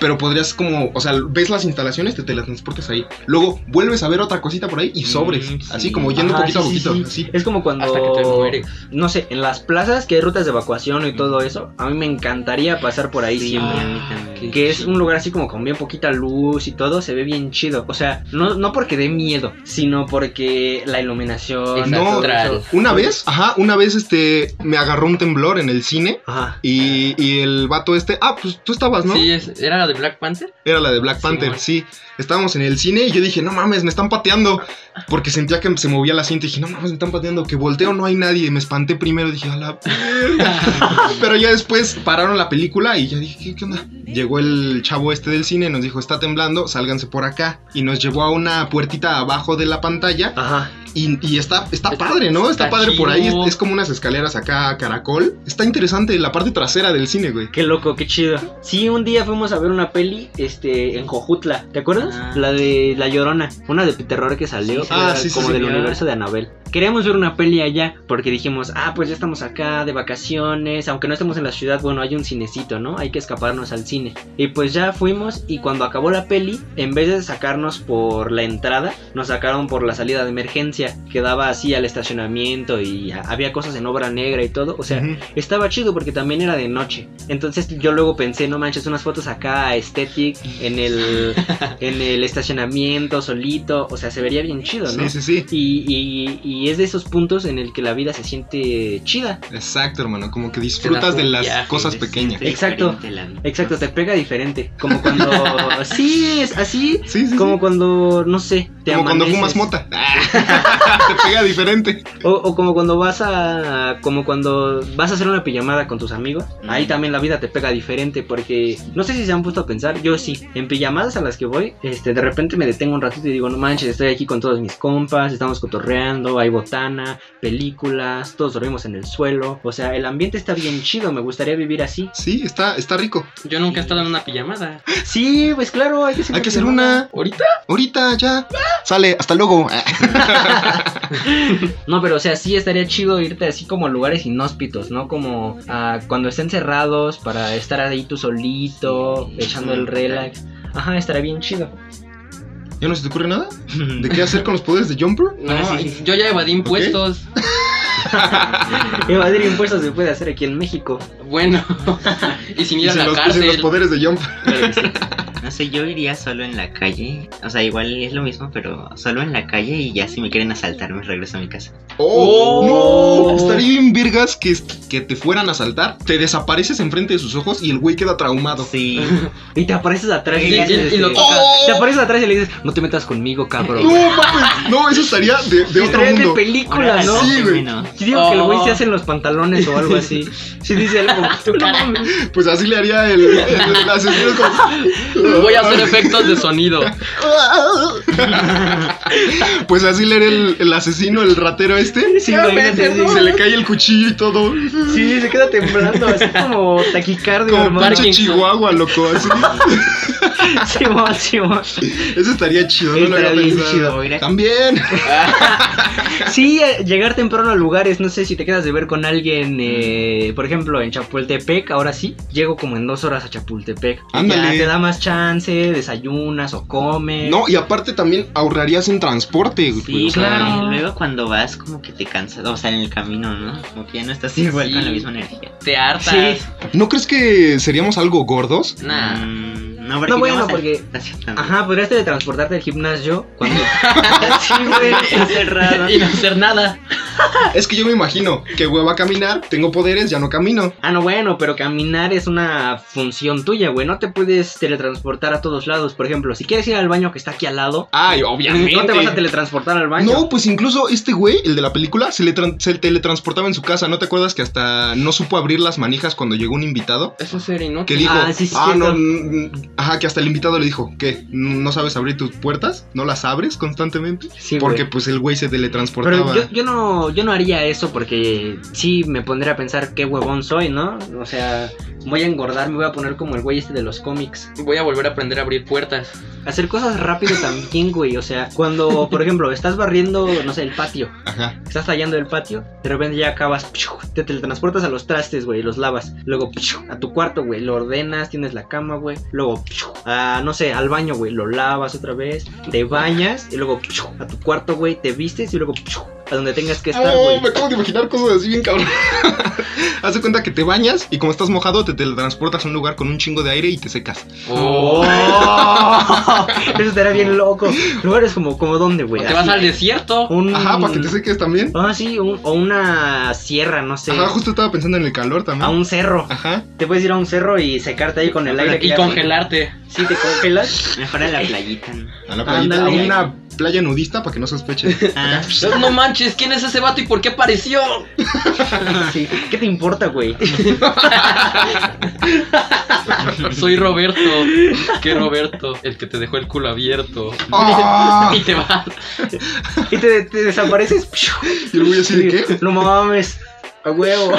Pero podrías como, o sea, ves las instalaciones, te teletransportas ahí. Luego vuelves a ver otra cosita por ahí y sobres. Mm, sí. Así como yendo Ajá, poquito sí, a sí, poquito. sí. así. Es como cuando. Hasta que te mueres. No sé, en las plazas que hay rutas de evacuación y todo eso. A mí me encantaría pasar por ahí Sí, a siempre. mí también. Que es un lugar así como con bien poquita luz y todo, se ve bien chido. O sea, no, no porque dé miedo, sino porque la iluminación. No. todo eso. Una vez, ajá, una vez este, me agarró un temblor en el cine Ajá. y, y el vato este, ah, pues tú estabas, ¿no? Sí, es- era la de Black Panther? Era la de Black Panther, sí. Estábamos en el cine y yo dije, no mames, me están pateando. Porque sentía que se movía la cinta y dije, no mames, me están pateando. Que volteo, no hay nadie. Me espanté primero, dije, a la verga". Pero ya después pararon la película y ya dije, ¿qué, qué onda? Llegó el chavo este del cine, nos dijo, está temblando, sálganse por acá. Y nos llevó a una puertita abajo de la pantalla. Ajá. Y, y está, está Está- padre, ¿no? Está, está padre por ahí. Es, chido. es como unas escaleras acá a caracol. Está interesante la parte trasera del cine, güey. Qué loco, qué chido. Sí, un día fuimos a ver una peli este, en Jojutla, ¿te acuerdas? Ah. La de La Llorona, una de terror que salió Sí, sí, era ah, sí, sí, como sí. del Ah. universo de Anabel. Queríamos ver una peli allá porque dijimos, ah, pues ya estamos acá de vacaciones, aunque no estemos en la ciudad, bueno, hay un cinecito, ¿no? Hay que escaparnos al cine. Y pues ya fuimos y cuando acabó la peli, en vez de sacarnos por la entrada, nos sacaron por la salida de emergencia, que daba así al estacionamiento y a- había cosas en obra negra y todo, o sea, Ujú. estaba chido porque también era de noche. Entonces yo luego pensé, no manches, unas fotos acá aesthetic en el en el estacionamiento solito, o sea, se vería bien chido, ¿no? Sí, sí, sí. Y, y- y es de esos puntos en el que la vida se siente chida. Exacto, hermano. Como que das disfrutas un de las viaje, cosas Se pequeñas. siente Exacto. diferente la vida. Exacto, te pega diferente. Como cuando. sí, es así. Sí, sí, sí. Como cuando, no sé, te Como cuando amaneces. fumas mota. Ah, Te pega diferente. O, o como cuando vas a como cuando vas a hacer una pijamada con tus amigos, Mm. ahí también la vida te pega diferente porque no sé si se han puesto a pensar, yo sí, en pijamadas a las que voy, este de repente me detengo un ratito y digo, no manches, estoy aquí con todos mis compas, estamos cotorreando, hay botana, películas, todos dormimos en el suelo, o sea, el ambiente está bien chido, me gustaría vivir así. Sí, está, está rico. Yo nunca he estado en una pijamada. Sí, pues claro, hay que hacer, Hay que hacer una. ¿Ahorita? Ahorita, ya. Sale, hasta luego. Ah. No, pero o sea, sí estaría chido irte así como a lugares inhóspitos, ¿no? Como a cuando estén cerrados para estar ahí tú solito, Sí, echando sí, el relax. Ajá, estaría bien chido. ¿Ya no se te ocurre nada? ¿De qué hacer con los poderes de Jumper? No, Ah, sí, sí. yo ya evadí impuestos. Evadir impuestos se puede hacer aquí en México. Bueno, y sin ir Y a se la los puse los cárcel. poderes de Jumper. Claro que sí. No sé, yo iría solo en la calle. O sea, igual es lo mismo, pero solo en la calle y ya si me quieren asaltar me regreso a mi casa. ¡Oh! Oh. ¡No! Estaría bien virgas que, que te fueran a saltar. Te desapareces enfrente de sus ojos y el güey queda traumado. Sí. Y te apareces atrás Y- y, y- y lo este, tocas. Te apareces atrás y le dices, no te metas conmigo, cabrón. ¡No, mames! No, eso estaría de, de otro Estaría de mundo. película, Ahora ¿no? Sí, güey. bueno, Yo digo que el güey Oh. se hace en los pantalones o algo así. Si dice algo, no mames. Pues así le haría el, el- el asesino con- Voy a hacer efectos de sonido. Pues así le haría el, el asesino, el ratero este. Sí, imagínate, sí. Se le cae el cuchillo y todo. Sí, se queda temblando, así como taquicardio, Como hermano. pinche Parkinson. chihuahua, loco. Así. Simón, Simón. Eso estaría chido, no lo había Estaría bien pensado. chido. mira, También. Sí, eh, llegar temprano a lugares, no sé si te quedas de ver con alguien, Mm. eh, por ejemplo, en Chapultepec, ahora sí, llego como en dos horas a Chapultepec. Ándale. Ya te da más chance, desayunas o comes. No, y aparte también ahorrarías en transporte. güey, Sí, o sea, claro. claro. luego cuando vas como que te cansas, o sea, en el camino, ¿no? Como que ya no estás igual Sí. con la misma energía. Te hartas. Sí. ¿No crees que seríamos algo gordos? Nah. Mm, no, porque No, bueno, íbamos al porque- gimnasio también. Ajá, podrías teletransportarte al gimnasio cuando... sí, güey, encerrado. Y no hacer nada. Ah, Es que yo me imagino que güey va a caminar, tengo poderes, ya no camino. Ah, no, bueno, pero caminar es una función tuya, güey. No te puedes teletransportar a todos lados. Por ejemplo, si quieres ir al baño que está aquí al lado, Ay, obviamente. no te vas a teletransportar al baño. No, pues incluso este güey, el de la película, se, le tran- se teletransportaba en su casa. ¿No te acuerdas que hasta no supo abrir las manijas cuando llegó un invitado? Eso sería Que inútil. dijo, Ah, sí, sí, ah, no, cierto. mm, mm", ajá, que hasta el invitado le dijo, ¿qué? ¿No sabes abrir tus puertas? ¿No las abres constantemente? Sí, Porque güey. pues el güey se teletransportaba. Pero yo, yo no, yo no haría eso porque sí me pondría a pensar qué huevón soy, ¿no? O sea, voy a engordar, me voy a poner como el güey este de los cómics. Voy a volver a aprender a abrir puertas. Hacer cosas rápido también, güey. O sea, cuando, por ejemplo, estás barriendo, no sé, el patio, Ajá. estás tallando el patio, de repente ya acabas, ¡piu! te teletransportas a los trastes, güey, los lavas. Luego, ¡piu! a tu cuarto, güey, lo ordenas, tienes la cama, güey. Luego, ¡piu! a, no sé, al baño, güey, lo lavas otra vez, te bañas, y luego, ¡piu! a tu cuarto, güey, te vistes, y luego, ¡piu! a donde tengas que estar, Oh, güey. me acabo de imaginar cosas así bien cabrón. Haz de cuenta que te bañas y como estás mojado te teletransportas a un lugar con un chingo de aire y te secas. Oh. Eso estaría bien loco. Lugares como, como dónde, O güey. te Así, vas al desierto. un- Ajá, para que te seques también. Ah, sí, un- o una sierra, no sé. Ajá, justo estaba pensando en el calor A también. un cerro. Ajá. Te puedes ir a un cerro y secarte ahí con el aire. que Y hace. congelarte. Sí, te congelas. Mejor a la playita, ¿no? A la playita, a Ándale. una playa nudista para que no pues, sospechen. Ah, Entonces, No manches, ¿quién es ese vato y por qué apareció? Sí. ¿Qué te importa, güey? Soy Roberto. ¿Qué Roberto? El que te dejó el culo abierto. ¡Ah! Y te vas. Y te, te desapareces. Y el güey así de qué? No mames. A huevo.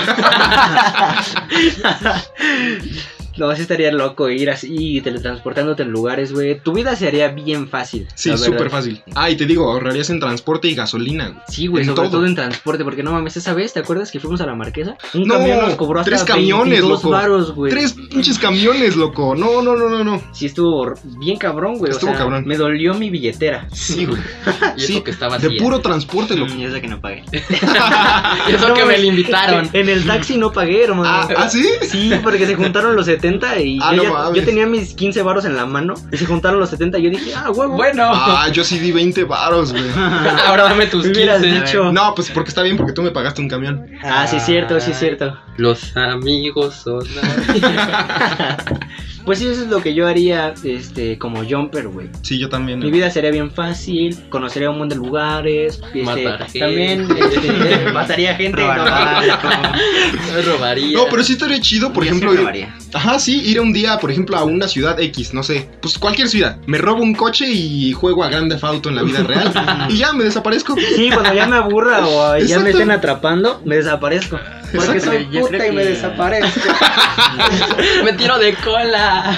No, sí estaría loco ir así, teletransportándote en lugares, güey. Tu vida se haría bien fácil. Sí, la verdad. súper fácil. Ah, y te digo, ahorrarías en transporte y gasolina. güey. Sí, güey, En sobre todo. todo en transporte, porque no mames, esa vez, ¿te acuerdas que fuimos a la Marquesa? Un No, camión nos cobró hasta tres camiones, 22 loco. varos, güey. Tres pinches camiones, loco. No, no, no, no, no. Sí, estuvo r- bien cabrón, güey. o Estuvo sea, cabrón. Me dolió mi billetera. Sí, güey. Y eso Sí, que estaba De así. puro transporte, loco. y eso Mm, que no pagué. Y eso No, que me güey. le invitaron. En el taxi no pagué, hermano. Ah, ¿ah, sí? Sí, porque se juntaron los 70 y Ah, yo, no ya- mames. yo tenía mis 15 varos en la mano y se juntaron los 70 y yo dije, ah, huevo. Bueno, Ah, yo sí di 20 varos, güey. ahora dame tus me hubieras 15. dicho. No, pues porque está bien, porque tú me pagaste un camión. Ah, sí, es cierto, sí, es cierto. Los amigos son. Pues sí, eso es lo que yo haría este, como jumper, güey. Sí, yo también. Mi eh. vida sería bien fácil, conocería un montón de lugares, este, Matar gente. también este, mataría gente. Robar no. banco. Me robaría. No, pero sí estaría chido, por Yo ejemplo, sí ir- robaría. ajá, sí, ir un día, por ejemplo, a una ciudad X, no sé, pues cualquier ciudad. Me robo un coche y juego a Grande Auto en la vida real y ya me desaparezco. Sí, cuando ya me aburra o ya Exacto. me estén atrapando, me desaparezco. Porque Exacto. soy Yo puta creo y me que- desaparezco. Me tiro de cola.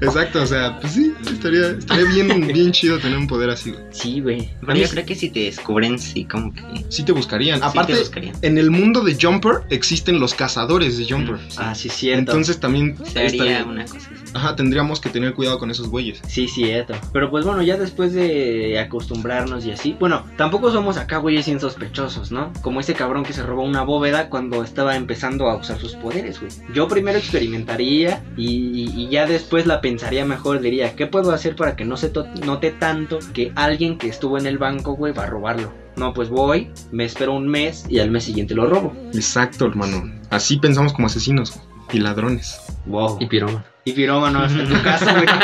Exacto, o sea, pues sí, estaría, estaría bien, bien chido tener un poder así. güey. Sí, güey. Pero yo creo que si te descubren, sí, como que. sí Sí te buscarían. te Aparte, buscarían. en el mundo de Jumper existen los cazadores de Jumper. Ah, sí, cierto. Entonces también Sería estaría- una cosa así. Ajá, tendríamos que tener cuidado con esos bueyes. Sí, cierto. Pero pues bueno, ya después de acostumbrarnos y así. Bueno, tampoco somos acá güeyes bien sospechosos, ¿no? Como ese cabrón que se robó una bóveda cuando estaba empezando a usar sus poderes, güey. Yo primero experimentaría y, y- y ya después la pensaría mejor. Diría, ¿qué puedo hacer para que no se to- note tanto que alguien que estuvo en el banco, güey, va a robarlo? No, pues voy, me espero un mes y al mes siguiente lo robo. Exacto, hermano. Así pensamos como asesinos güey, y ladrones. Wow. Y piroma. Y pirómano hasta en tu casa, güey. no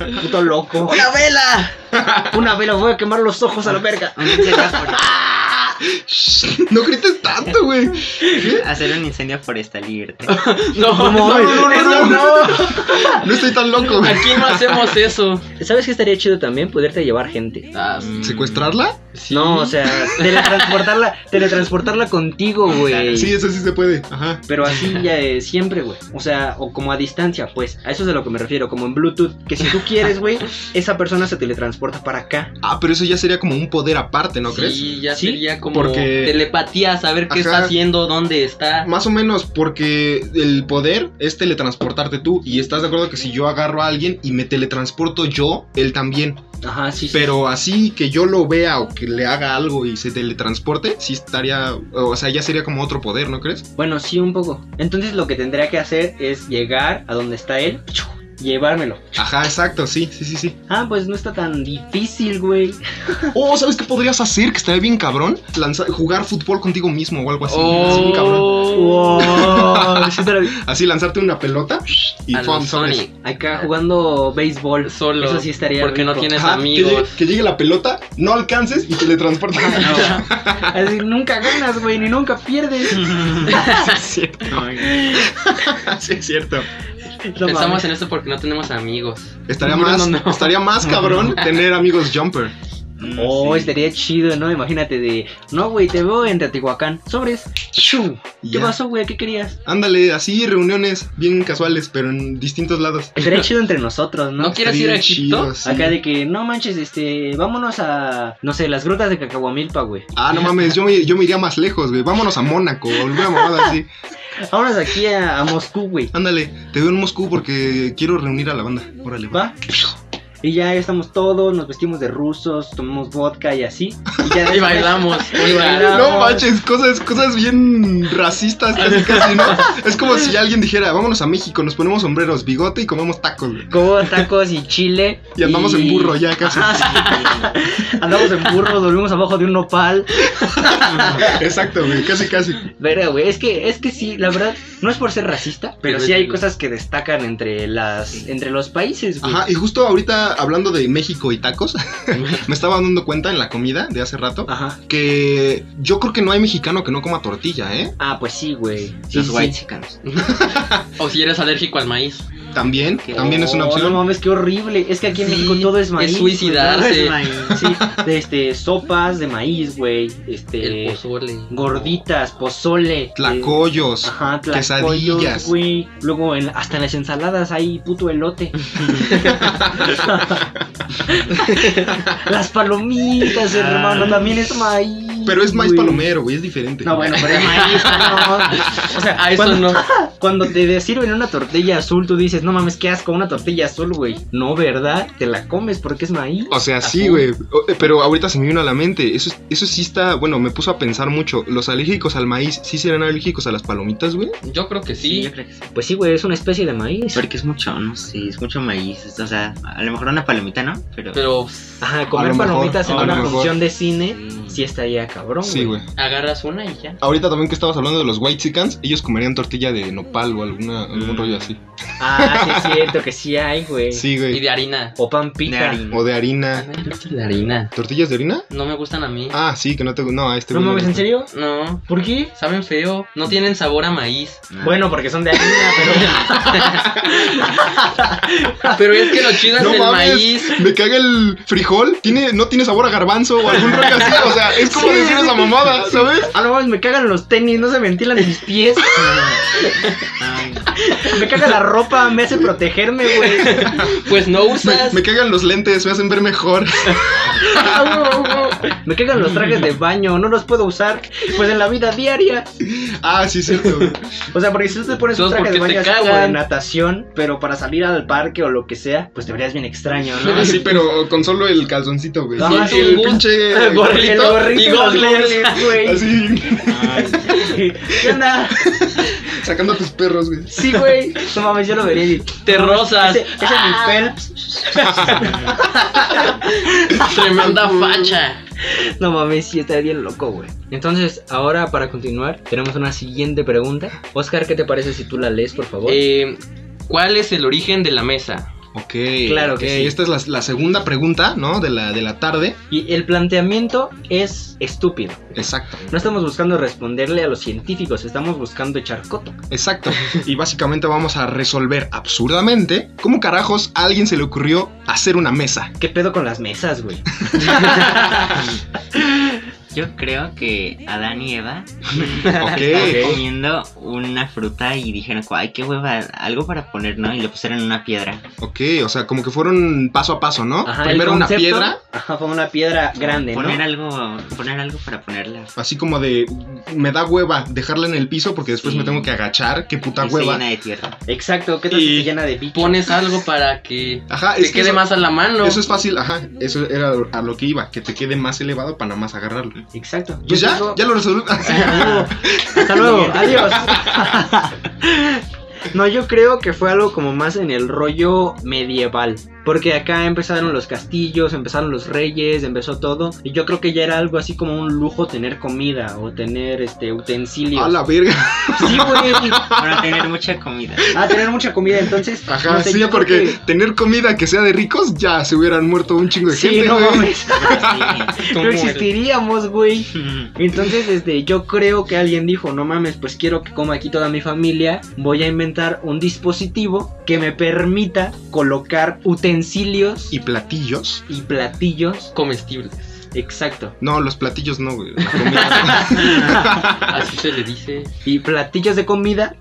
mames. Puto loco. ¡Una vela! Una vela, voy a quemar los ojos a la verga. Un incendio forestal. Shh, no grites tanto, güey. Hacer un incendio forestal y irte. No, no, no, no, no, No estoy tan loco, güey. Aquí no hacemos eso. ¿Sabes qué estaría chido también? Poderte llevar gente. Ah, ¿Secuestrarla? sí. No, o sea, teletransportarla, teletransportarla contigo, güey. Sí, eso sí se puede. Ajá. Pero así ya eh, siempre, güey. O sea, o como a distancia, pues. A eso es de lo que me refiero, como en Bluetooth. Que si tú quieres, güey, esa persona se teletransporta para acá. Ah, pero eso ya sería como un poder aparte, ¿no crees? Sí, ya Sí, sería como porque- telepatía, saber qué Ajá. está haciendo, dónde está. Más o menos porque el poder es teletransportarte tú y estás de acuerdo que si yo agarro a alguien y me teletransporto yo, él también. Ajá, sí, sí. Pero así que yo lo vea o que le haga algo y se teletransporte, sí estaría, o sea, ya sería como otro poder, ¿no crees? Bueno, sí, un poco. Entonces lo que tendría que hacer es llegar a donde está él, llevármelo. Ajá, exacto, sí, sí, sí, sí. Ah, pues no está tan difícil, güey. Oh, ¿sabes qué podrías hacer? Que estaría bien cabrón. Lanzar, jugar fútbol contigo mismo o algo así. Así, bien cabrón. Oh, Wow, sí te lo- Así lanzarte una pelota y a lo fam, sobres. Sonic, Acá jugando béisbol. solo. Eso sí estaría Porque no rico. tienes Ajá, que llegue, amigos. que llegue la pelota, no alcances y te le transportas. Así, nunca ganas, güey, ni nunca pierdes. sí, es cierto. Pensamos en esto porque no tenemos amigos. Estaría No, más, no, no. estaría más cabrón tener amigos jumper. Mm, Oh, estaría chido, ¿no? Imagínate de. No, güey, te veo en Teotihuacán. Sobres. ¡Chu! ¿Qué Ya. pasó, güey? ¿Qué querías? Ándale, así reuniones bien casuales, pero en distintos lados. Estaría chido entre nosotros, ¿no? ¿No quieres ir Estaría a Egipto? chido, sí. Acá de que, no manches, este, vámonos a, no sé, las grutas de Cacahuamilpa, güey. Ah, no mames, yo me, yo me iría más lejos, güey. Vámonos a Mónaco, o alguna mamada así. Vámonos aquí a, a Moscú, güey. Ándale, te veo en Moscú porque quiero reunir a la banda. Órale, va. ¿Va? Y ya estamos todos, nos vestimos de rusos, tomamos vodka y así. Y, ya Y bailamos. Y bailamos. No manches, cosas, cosas bien racistas casi casi, ¿no? Es como si alguien dijera, vámonos a México, nos ponemos sombreros, bigote y comemos tacos, güey. Como tacos y chile. Y andamos en burro ya casi. Ajá, sí. andamos en burro, dormimos abajo de un nopal. Exacto, güey, casi casi. Verga, güey, es que, es que sí, la verdad, no es por ser racista, pero, Pero sí es- hay cosas que destacan entre las, entre los países, güey. Ajá, y justo ahorita hablando de México y tacos, me estaba dando cuenta en la comida de hace rato Ajá. que yo creo que no hay mexicano que no coma tortilla, ¿eh? Ah, pues sí, güey. Sí, Los sí. white chickens. O si eres alérgico al maíz. También, Qué también es una Oh, No opción. mames, qué horrible. Es que aquí en Sí, México todo es maíz. es güey, suicidarse. todo es maíz, Sí, de este, sopas de maíz, güey. El Este, pozole. gorditas, pozole. eh, Tlacoyos. Ajá, tlacoyos, quesadillas. güey. Luego, en- hasta en las ensaladas hay puto elote. las palomitas, hermano, también es maíz. Ah. Pero es maíz güey. palomero, güey, es diferente. No, bueno, pero es maíz, no. O sea, Ah, eso cuando- no. Cuando te sirven una tortilla azul, tú dices, no mames, qué asco, una tortilla azul, güey. No, ¿verdad? Te la comes porque es maíz. O sea, sí, Azul. güey. O- eh, Pero ahorita se me vino a la mente. Eso, es- eso sí está. Bueno, me puso a pensar mucho. ¿Los alérgicos al maíz sí serán alérgicos a las palomitas, güey? Yo creo que sí. yo creo que sí. Pues sí, güey, es una especie de maíz. Porque es mucho, no sé, es mucho maíz. es- O sea, a lo mejor una palomita, ¿no? Pero. Pero Ajá, comer lo mejor, palomitas a en lo una mejor. función de cine sí. sí estaría cabrón, Sí, güey. agarras una y ya. Ahorita también que estabas hablando de los white chickens, ellos comerían tortilla de nopal o alguna, algún Mm. rollo así. Ah, sí es cierto que sí hay, güey. Sí, Y güey. de harina. O pan pita. harina. O de Ah, harina. no me gustan de harina. ¿Tortillas de harina? No me gustan a mí. Ah, sí, que no te. No, a este No güey mames, le ¿en gusta. serio? No. ¿Por qué? Saben feo. No tienen sabor a maíz. Ah. Bueno, porque son de harina, pero... Pero es que lo chido es No el mames. maíz. Me caga el frijol. Tiene, no tiene sabor a garbanzo o algún rollo así. O sea, es como Sí. decir esa mamada, ¿sabes? Ah, no mames, me cagan los tenis, no se ventilan mis pies. Ay, no. Me caga la ropa, me hace protegerme, güey. Pues no Me, usas. me cagan los lentes, me hacen ver mejor. Ah, Me cagan los trajes de baño, no los puedo usar pues en la vida diaria. Ah, sí, cierto. güey. O sea, porque si tú te pones un Entonces, traje de ¿por qué baño te así como de cagan? natación, pero para salir al parque o lo que sea, pues te verías bien extraño, ¿no? Ah, sí, pero con solo el calzoncito, güey. Ah, Sí, sí, el güey. pinche El gorri- el gorrito, gorrito y y los gorros. leones, güey. Así, Ay, ¿Qué onda? sacando a tus perros, güey. Sí, güey. No mames, yo lo vería y... Te rozas. Ah. Ese, ese es mi Phelps. Tremenda facha. No mames, sí, estaría bien loco, güey. Entonces, ahora para continuar, tenemos una siguiente pregunta. Oscar, ¿qué te parece si tú la lees, por favor? Eh, ¿Cuál es el origen de la mesa? Ok, Claro ok, que sí. Esta es la, la segunda pregunta, ¿no? De la, de la tarde. Y el planteamiento es estúpido. Exacto, No estamos buscando responderle a los científicos, estamos buscando echar coto. exacto. Y básicamente vamos a resolver absurdamente cómo carajos a alguien se le ocurrió hacer una mesa. ¿Qué pedo con las mesas, güey? Yo creo que Adán y Eva Ok. estaban comiendo una fruta y dijeron, ay, qué hueva, algo para poner, ¿no? Y le pusieron en una piedra. Ok, o sea, como que fueron paso a paso, ¿no? Ajá, el Primero una concepto- piedra, Ajá, fue una piedra grande, ¿no? poner algo, poner algo para ponerla. así como de me da hueva dejarla en el piso porque después Sí. me tengo que agachar, qué puta Y se hueva. llena de tierra. Exacto, ¿qué tal si Y- te llena de bicho? Pones algo para que Ajá, te Ah, es que quede eso- más a la mano. Eso es fácil, ajá. Eso era a lo que iba, que te quede más elevado para nada más agarrarlo. Exacto. Yo Pues ya, digo- ya lo resolví. Hasta luego, adiós. No, yo creo que fue algo como más en el rollo medieval. Porque acá empezaron los castillos, empezaron los reyes, empezó todo. Y yo creo que ya era algo así como un lujo tener comida o tener este utensilios. a la verga. Sí, güey. Para tener mucha comida. Ah, tener mucha comida entonces. Ajá, no sé, sí, yo creo porque que- tener comida que sea de ricos, ya se hubieran muerto un chingo de Sí, gente, no güey. mames. Sí. No existiríamos, güey. Mm. Entonces, este, yo creo que alguien dijo, no mames, pues quiero que coma aquí toda mi familia. Voy a inventar un dispositivo que me permita colocar utensilios ¿Y y, platillos? platillos. Comestibles. Exacto. No, los platillos no, güey. la comida. Así se le dice. Y platillos de comida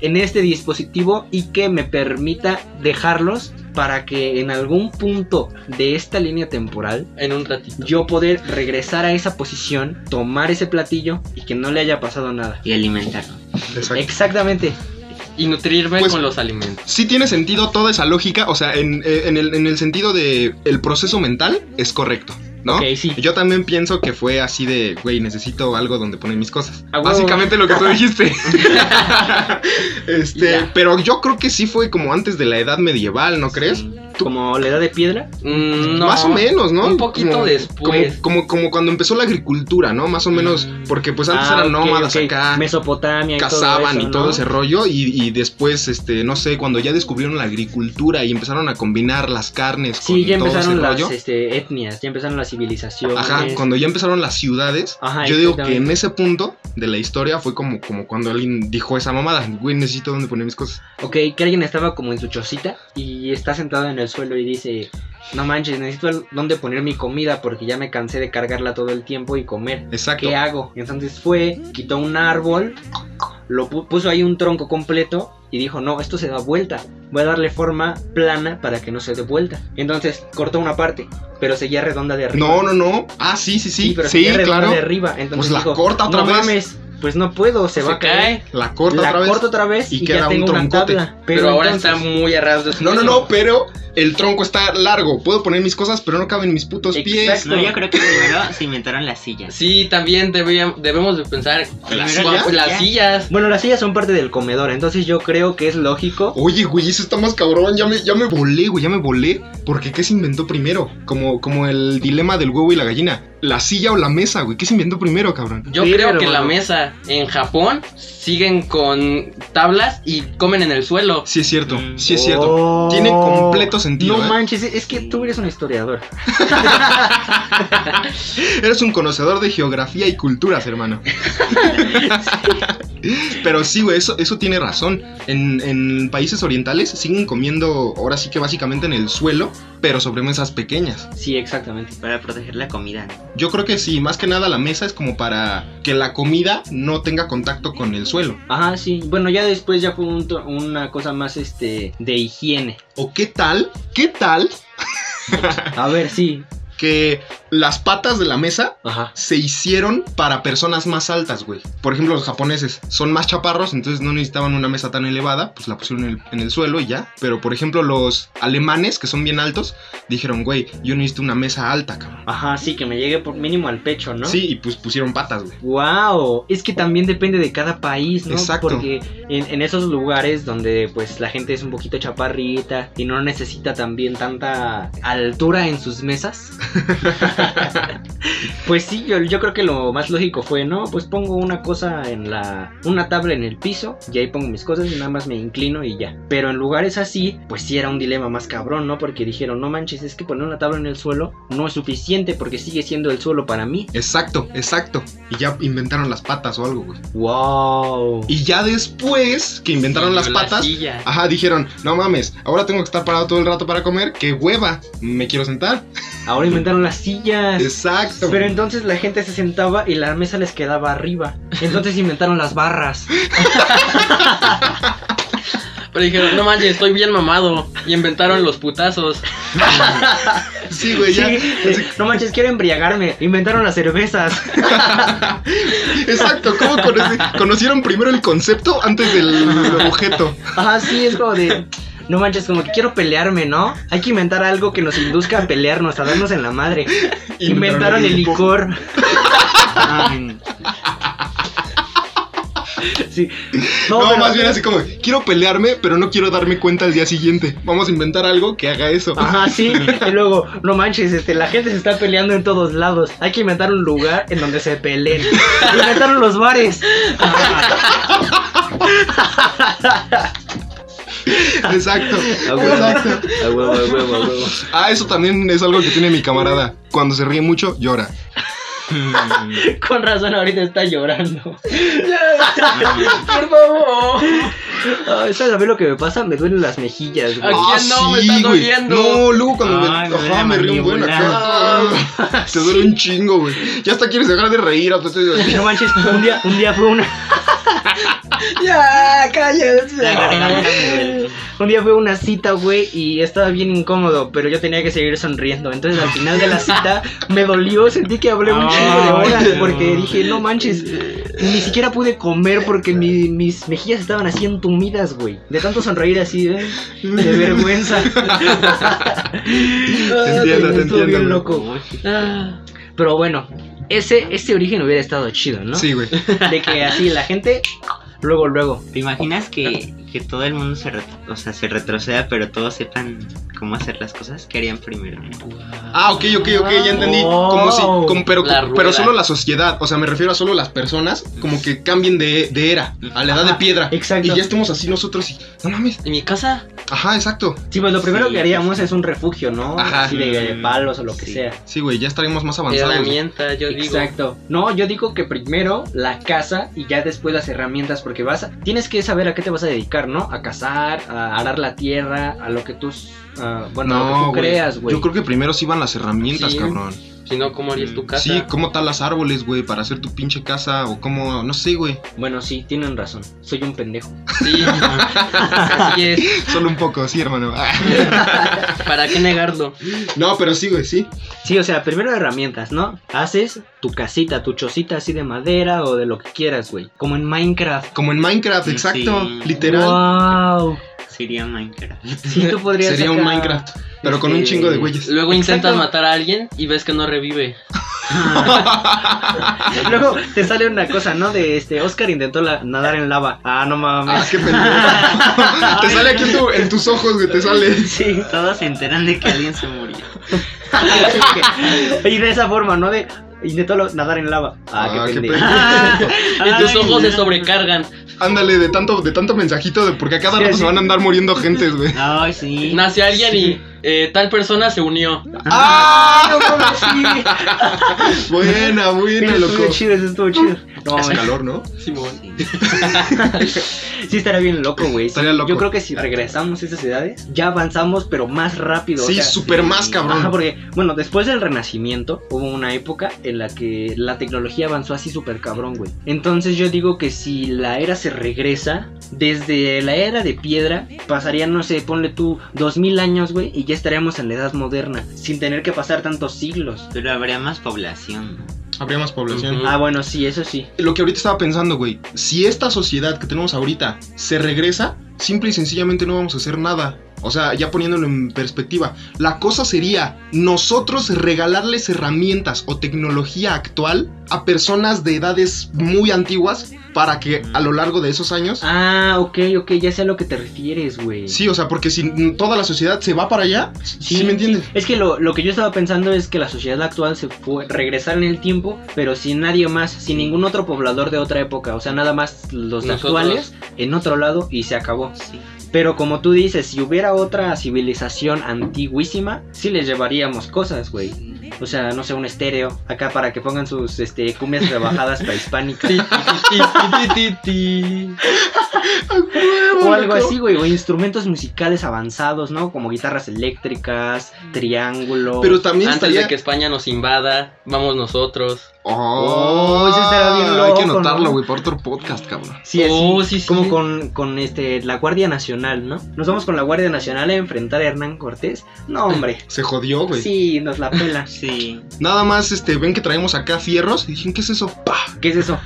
en este dispositivo y que me permita dejarlos para que en algún punto de esta línea temporal En un ratito. yo poder regresar a esa posición, tomar ese platillo y que no le haya pasado nada. Y alimentarlo. Exacto. Exactamente. y nutrirme Pues- con los alimentos. Sí tiene sentido toda esa lógica, o sea, en, eh, en el, en el sentido de el proceso mental es correcto, ¿no? Ok, sí. Yo también pienso que fue así de, güey, necesito algo donde poner mis cosas. A huevo. Básicamente lo que tú dijiste. este, Ya. pero yo creo que sí fue como antes de la edad medieval, ¿no crees? Sí. ¿Como la edad de piedra? Mm, no, Más o menos, ¿no? un poquito Como- después. Como, como, como cuando empezó la agricultura, ¿no? Más o menos, Mm. porque pues antes Ah, eran ok, nómadas ok. acá. Mesopotamia y cazaban todo eso, y todo ¿no? ese rollo y, y después este no sé cuando ya descubrieron la agricultura y empezaron a combinar las carnes Sí, ya con todo ese empezaron las rollo este, etnias, ya empezaron las civilizaciones. ajá cuando ya empezaron las ciudades Ajá, yo digo que exactamente. en ese punto de la historia fue como como cuando alguien dijo esa mamada güey necesito dónde poner mis cosas Ok, que alguien estaba como en su chocita y está sentado en el suelo y dice, no manches, necesito al- dónde poner mi comida porque ya me cansé de cargarla todo el tiempo y comer. exacto ¿Qué hago? Entonces fue, quitó un árbol, lo pu- puso ahí un tronco completo y dijo, no, esto se da vuelta. Voy a darle forma plana para que no se dé vuelta. Entonces cortó una parte, pero seguía redonda de arriba. no no no ah sí sí sí pero sí seguía redonda claro de arriba. Entonces Pues la dijo, corta otra no vez". mames, pues no puedo, se, va a caer la corta la otra vez corto otra vez y y, queda ya un tengo una troncote. tabla. pero, ahora entonces- está muy a ras de su no no suelo. no pero el tronco está largo puedo poner mis cosas pero no caben mis putos pies Exacto. No, yo creo que primero se inventaron las sillas. Sí, también debía- debemos de pensar ¿Las cua- sillas? las sillas. Bueno, las sillas son parte del comedor, entonces yo creo que es lógico. Oye, güey, eso está más cabrón. Ya me, ya me volé, güey, ya me volé. Porque ¿qué se inventó primero? Como, como el dilema del huevo y la gallina. ¿La silla o la mesa, güey? ¿Qué se inventó primero, cabrón? Yo Sí, creo pero que la bueno. mesa en Japón siguen con tablas y comen en el suelo. Sí, es cierto, Mm. sí es cierto. Oh. Tiene completo sentido, No ¿eh? manches, es que tú eres un historiador. Eres un conocedor de geografía y culturas, hermano. Pero sí, güey, eso, eso tiene razón. En, en países orientales siguen comiendo, ahora sí que básicamente en el suelo, pero sobre mesas pequeñas. Sí, exactamente. Para proteger la comida. ¿no? Yo creo que sí, más que nada la mesa es como para que la comida no tenga contacto con el suelo. Ajá, sí. Bueno, ya después ya fue un to- una cosa más este de higiene. ¿O qué tal? ¿Qué tal A ver, sí. que las patas de la mesa Ajá. se hicieron para personas más altas, güey? Por ejemplo, los japoneses son más chaparros, entonces no necesitaban una mesa tan elevada, pues la pusieron en el, en el suelo y ya. Pero por ejemplo, los alemanes, que son bien altos, dijeron, güey, yo necesito una mesa alta, cabrón. Ajá, sí, que me llegue por mínimo al pecho, ¿no? Sí, y pues pusieron patas, güey. Wow, es que también depende de cada país, ¿no? Exacto. Porque en, en esos lugares donde pues la gente es un poquito chaparrita y no necesita también tanta altura en sus mesas. pues sí, yo, yo creo que lo más lógico fue, ¿no? Pues pongo una cosa en la una tabla en el piso y ahí pongo mis cosas y nada más me inclino y ya. Pero en lugares así, pues sí era un dilema más cabrón, ¿no? Porque dijeron, "No manches, es que poner una tabla en el suelo no es suficiente porque sigue siendo el suelo para mí." Exacto, exacto. Y ya inventaron las patas o algo, güey. Wow. Y ya después que inventaron Sí, las la patas, silla. Ajá, dijeron, no mames, ahora tengo que estar parado todo el rato para comer, qué hueva, me quiero sentar. Ahora inventaron las sillas. Exacto. Pero entonces la gente se sentaba y la mesa les quedaba arriba. Entonces inventaron las barras. Pero dijeron, no manches, estoy bien mamado. Y inventaron los putazos. Sí, güey, ya. Sí, eh, no manches, quiero embriagarme. Inventaron las cervezas. Exacto, ¿cómo conoci- conocieron primero el concepto antes del objeto? Ajá, Ah, sí, es como de. No manches, como que quiero pelearme, ¿no? Hay que inventar algo que nos induzca a pelearnos, a darnos en la madre. Inventaron el licor. Ay, Sí. No, pero- más bien así como, quiero pelearme, pero no quiero darme cuenta al día siguiente. Vamos a inventar algo que haga eso. Ajá, sí. Y luego, no manches, este, la gente se está peleando en todos lados. Hay que inventar un lugar en donde se peleen. Inventaron los bares. Exacto. Ah, A huevo. Exacto. A huevo, a huevo, a huevo. Ah, eso también es algo que tiene mi camarada. Cuando se ríe mucho, llora. mm, Con razón, ahorita está llorando. Por favor. Ay, ¿Sabes a mí lo que me pasa? Me duelen las mejillas, güey. ¿A quién no? Me está Ah, güey. doliendo. No, luego cuando me, Ay, me duele ajá, la me río un buen acá. Ah, Te duele un chingo, güey. Ya hasta quieres dejar de reír. hasta te- No manches, un día, un día fue una. ya, cállate. la garganta me duele. Un día fue a una cita, güey, y estaba bien incómodo, pero yo tenía que seguir sonriendo. Entonces al final de la cita me dolió, sentí que hablé un chingo de horas porque dije, no manches, ni siquiera pude comer porque mi- mis mejillas estaban así entumidas, güey. De tanto sonreír así, ¿eh? de vergüenza. te entiendo, te entiendo, güey. bien loco, güey. Ah, Pero bueno, ese, ese origen hubiera estado chido, ¿no? Sí, güey. De que así la gente, luego, luego. ¿Te imaginas que, que todo el mundo se, re- o sea, se retroceda, pero todos sepan cómo hacer las cosas? ¿Qué harían primero? no? Ah, ok, ok, ok, ya entendí. Como si, Oh. como- pero, La pero rueda. solo la sociedad, o sea, me refiero a solo las personas, como que cambien de, de era, a la edad Ajá, de piedra. exacto. Y ya estemos así nosotros y. No mames. ¿En mi casa? Ajá, exacto. Sí, pues lo primero Sí. que haríamos es un refugio, ¿no? Ajá. Así de, de palos o lo que Sí. sea. Sí, güey, ya estaremos más avanzados. güey. Herramienta, yo digo. Exacto. No, yo digo que primero la casa y ya después las herramientas, porque vas a, tienes que saber a qué te vas a dedicar, ¿no? A cazar, a arar la tierra, a lo que tú, s- ah, bueno, a lo que No, tú creas, güey. Yo creo que primero sí van las herramientas, Sí. cabrón. Si no, ¿cómo harías tu casa? Mm, Sí, cómo talas árboles, güey, para hacer tu pinche casa o cómo, no sé, güey. Bueno, sí, tienen razón. Soy un pendejo. Sí. Así es. Solo un poco, sí, hermano. ¿Para qué negarlo? No, pero sí, güey, sí. Sí, o sea, primero herramientas, ¿no? Haces tu casita, tu chocita así de madera o de lo que quieras, güey. Como en Minecraft. Como en Minecraft, Sí. exacto, literal. ¡Wow! Sería Minecraft. Sí, tú podrías Ah. Sería un acá- Minecraft, pero con un este, chingo de güeyes. Luego intentas Exacto. matar a alguien y ves que no revive. Luego te sale una cosa, ¿no? De este, Oscar intentó la- nadar en lava. Ah, no Ah, mames. qué pendejo. te sale aquí en, tu- en tus ojos, güey, te sale. Sí. Todos se enteran de que alguien se murió. y de esa forma, ¿no? De intentó lo- nadar en lava. Ah, Ah, qué qué pendejo. Y tus Ay, ojos se no. sobrecargan. Ándale, de tanto, de tanto mensajito, de porque a cada Sí, rato sí. se van a andar muriendo gentes, güey. Ay, sí. Nace alguien y eh, tal persona se unió. ¡Ah! No mames, sí. Buena, buena, Eso loco. estuvo chido, eso estuvo chido. No Hace mames. calor, ¿no? Simón. Sí, estaría bien loco, güey. Sí, Estaría loco. Yo creo que si regresamos a esas edades, ya avanzamos, pero más rápido. o Sí, sea, súper más, sí. Ajá, cabrón. Ah, porque, bueno, después del Renacimiento hubo una época en la que la tecnología avanzó así súper cabrón, güey. Entonces yo digo que si la era se regresa, desde la era de piedra, pasarían, no sé, ponle tú 2000 años, güey, y ya estaríamos en la edad moderna, sin tener que pasar tantos siglos. Pero habría más población. ¿no? Habría más población. Ujú. Ah, bueno, sí, eso sí. Lo que ahorita estaba pensando, güey. Si esta sociedad que tenemos ahorita se regresa, simple y sencillamente no vamos a hacer nada. O sea, ya poniéndolo en perspectiva, la cosa sería nosotros regalarles herramientas o tecnología actual a personas de edades muy antiguas para que a lo largo de esos años Ah, ok, ok, ya sé a lo que te refieres, güey. Sí, o sea, porque si toda la sociedad se va para allá, ¿sí, me entiendes? Es que lo, lo que yo estaba pensando es que la sociedad actual se fue regresar en el tiempo, pero sin nadie más, sin ningún otro poblador de otra época, o sea, nada más los Nosotros. actuales en otro lado y se acabó. Sí. Pero como tú dices, si hubiera otra civilización antiguísima, sí les llevaríamos cosas, güey. O sea, no sé, un estéreo acá para que pongan sus este cumbias rebajadas prehispánicas Ti, ti, ti, ti, ti, ti. o algo así, güey, o instrumentos musicales avanzados, ¿no? Como guitarras eléctricas, triángulos. Pero también Antes estaría... de que España nos invada, vamos nosotros. Oh, Oh, ese estaría bien Hay que loco, anotarlo, ¿no? güey, para otro podcast, cabrón. Sí, así, Oh, sí, sí, como sí. con, con este, la Guardia Nacional, ¿no? Nos vamos con la Guardia Nacional a enfrentar a Hernán Cortés. No, hombre. Se jodió, güey. Sí, nos la pela. Sí. Nada más, este, ven que traemos acá fierros y dicen, ¿qué es eso? Pa. ¿Qué es eso?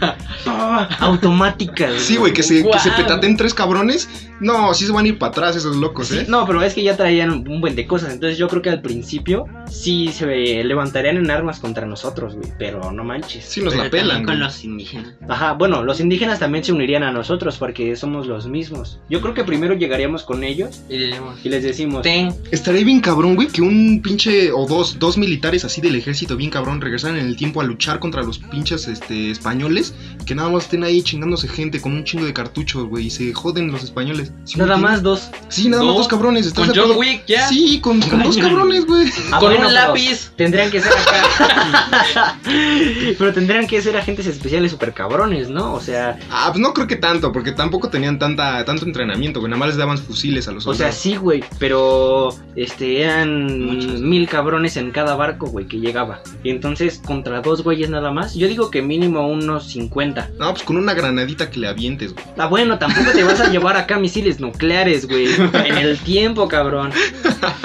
Ah, Automática. güey. Sí, güey, que se, que se Guau. petaten tres cabrones. No, sí se van a ir para atrás esos locos, ¿eh? No, pero es que ya traían un buen de cosas. Entonces yo creo que al principio sí se levantarían en armas contra nosotros, güey. Pero no manches. Sí nos pero la también pelan. con güey. los indígenas. Ajá, bueno, los indígenas también se unirían a nosotros porque somos los mismos. Yo creo que primero llegaríamos con ellos Y diríamos, y les decimos, ten. Estaría bien cabrón, güey, que un pinche o dos, dos militares así del ejército bien cabrón regresaran en el tiempo a luchar contra los pinches este, españoles, que nada más estén ahí chingándose gente con un chingo de cartuchos, güey, y se joden los españoles. ¿Sí me nada entiendes? más dos. Sí, nada más Dos. dos cabrones. ¿estás Con de John acuerdo? Wick, ya. Sí, con, con dos cabrones, güey. Ah, con bueno, un pero- lápiz. Tendrían que ser acá. Pero tendrían que ser agentes especiales super cabrones, ¿no? O sea, Ah, pues no creo que tanto, porque tampoco tenían tanta, tanto entrenamiento, güey. Nada más les daban fusiles a los o sea, soldados. sí, güey, pero este eran Muchos. mil cabrones en cada barco, güey, que llegaba. Y entonces contra dos güeyes nada más, yo digo que mínimo unos 50. No, pues con una granadita que le avientes, güey. Ah, bueno, tampoco te vas a llevar acá misiles nucleares, güey. En el tiempo, cabrón.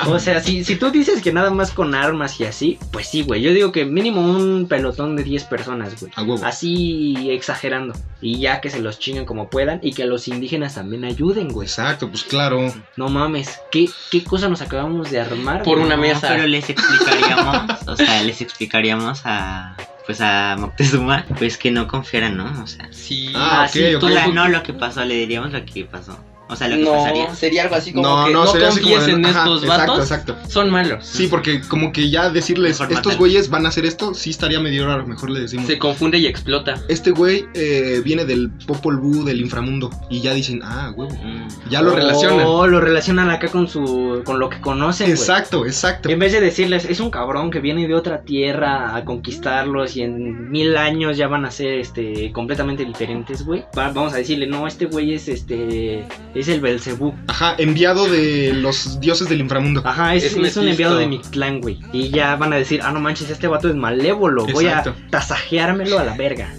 O sea, si, si tú dices que nada más con armas y así, pues sí, güey. Yo digo que mínimo un pelotón de 10 personas, güey. A huevo. Así exagerando. Y ya que se los chinguen como puedan. Y que a los indígenas también ayuden, güey. Exacto, pues claro. No mames. ¿Qué, qué cosa nos acabamos de armar? Por güey? una No, mesa. Pero les explicaríamos, o sea, les explicaríamos a pues a Moctezuma, pues que no confiaran, ¿no? O sea, Sí. Ah, Ah, sí, ok, ok. o Todo sea, fue- no lo que pasó, le diríamos lo que pasó. O sea, lo que pasaría. No, sería algo así como que no, sería así como confíes de- en ajá, estos exacto, vatos. Exacto. Son malos. Sí, porque como que ya decirles, Mejor estos mátalos. güeyes van a hacer esto, sí estaría medio raro. Mejor le decimos. Se confunde y explota. Este güey eh, viene del Popol Vuh del inframundo. Y ya dicen, ah, huevo. Mm. Ya lo relacionan. Oh, lo relacionan acá con su. con lo que conocen, güey. Exacto, exacto. En vez de decirles, es un cabrón que viene de otra tierra a conquistarlos y en mil años ya van a ser este, completamente diferentes, güey. Va- vamos a decirle, no, este güey es este. es el Belcebú. Ajá, enviado de los dioses del inframundo. Ajá, es, Es es un Mephisto. enviado de mi clan, güey. Y ya van a decir, ah, no manches, este vato es malévolo, voy a Exacto. tasajeármelo a la verga.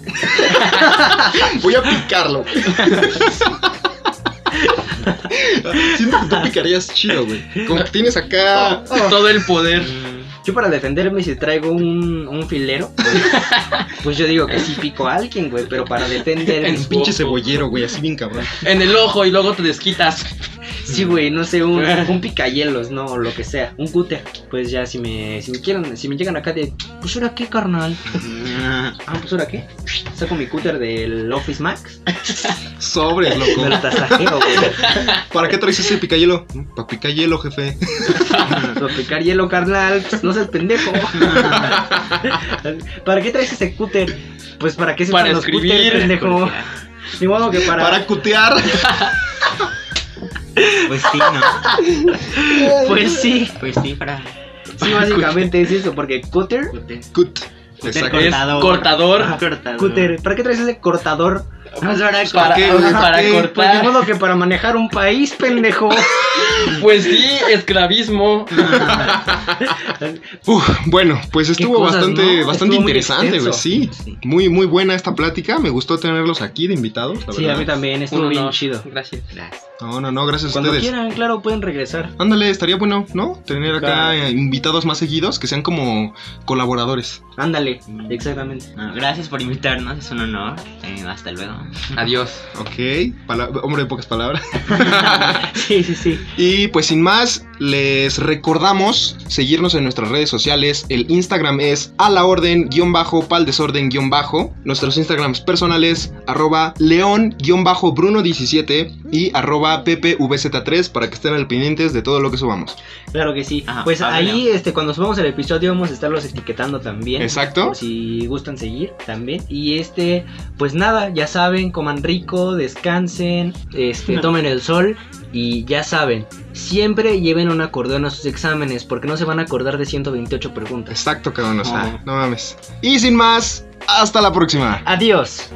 Voy a picarlo. Siento que tú picarías chido, güey. Como que tienes acá. Todo el poder. Mm. Yo para defenderme, si traigo un, un filero, pues yo digo que sí pico a alguien, güey, pero para defenderme. Un pinche cebollero, güey, así bien cabrón. En el ojo y luego te desquitas. Sí, güey, no sé, un, un picayelos, ¿no? O lo que sea, un cúter. Pues ya, si me, si me quieren, si me llegan acá de, pues ahora qué, carnal. Ah, pues ahora qué. Saco mi cúter del Office Max. Sobres, loco. Me lo tasajeo, güey. Pues, ¿Para qué traes ese picayelo? Para picayelo, jefe. Pero picar hielo, carnal, pues no seas pendejo. ¿Para qué traes ese cúter? Pues para qué se Para usan los escribir. cúter, pendejo. Porque, ah, Ni modo que para. Para cutear. Pues sí, ¿no? Pues sí. Pues sí, para Sí, básicamente es eso, porque cúter. cúter. Cut. Cúter Exacto. Es cortador. cortador. Ah, cortador. Cúter, ¿para qué traes ese cortador? Pues ahora Para, qué? ajá, para ¿Qué? Pues ni cortar. modo que para manejar un país, pendejo. Pues sí, esclavismo. Uf, bueno, pues estuvo cosas, bastante, ¿no? bastante Estuvo muy interesante, güey. extenso. Sí. Sí. Muy, muy buena esta plática. Me gustó tenerlos aquí de invitados, la Sí, verdad. a mí también, estuvo Uno bien no. chido. Gracias. Gracias. No, no, no, gracias a Cuando ustedes. quieran, claro, pueden regresar. Ándale, estaría bueno, ¿no? Tener acá Claro. eh, invitados más seguidos que sean como colaboradores. Ándale, Mm. exactamente. No, gracias por invitarnos, es un honor. Eh, hasta luego. Adiós. Ok, pala- hombre de pocas palabras. Sí, sí, sí. Y pues sin más, les recordamos seguirnos en nuestras redes sociales. El Instagram es a la orden guión bajo, pal desorden guión bajo. Nuestros Instagrams personales, arroba león guión bajo bruno 17 y arroba ppvz3 para que estén al pendientes de todo lo que subamos. Claro que sí. Ajá, pues Pablo. ahí, este, cuando subamos el episodio, vamos a estarlos etiquetando también. Exacto. Por si gustan seguir también. Y este, pues nada, ya saben, coman rico, descansen, este, tomen el sol. Y ya saben, siempre lleven un acordeón a sus exámenes, porque no se van a acordar de 128 preguntas. Exacto, cabrón. O sea, no mames. Y sin más, hasta la próxima. Adiós.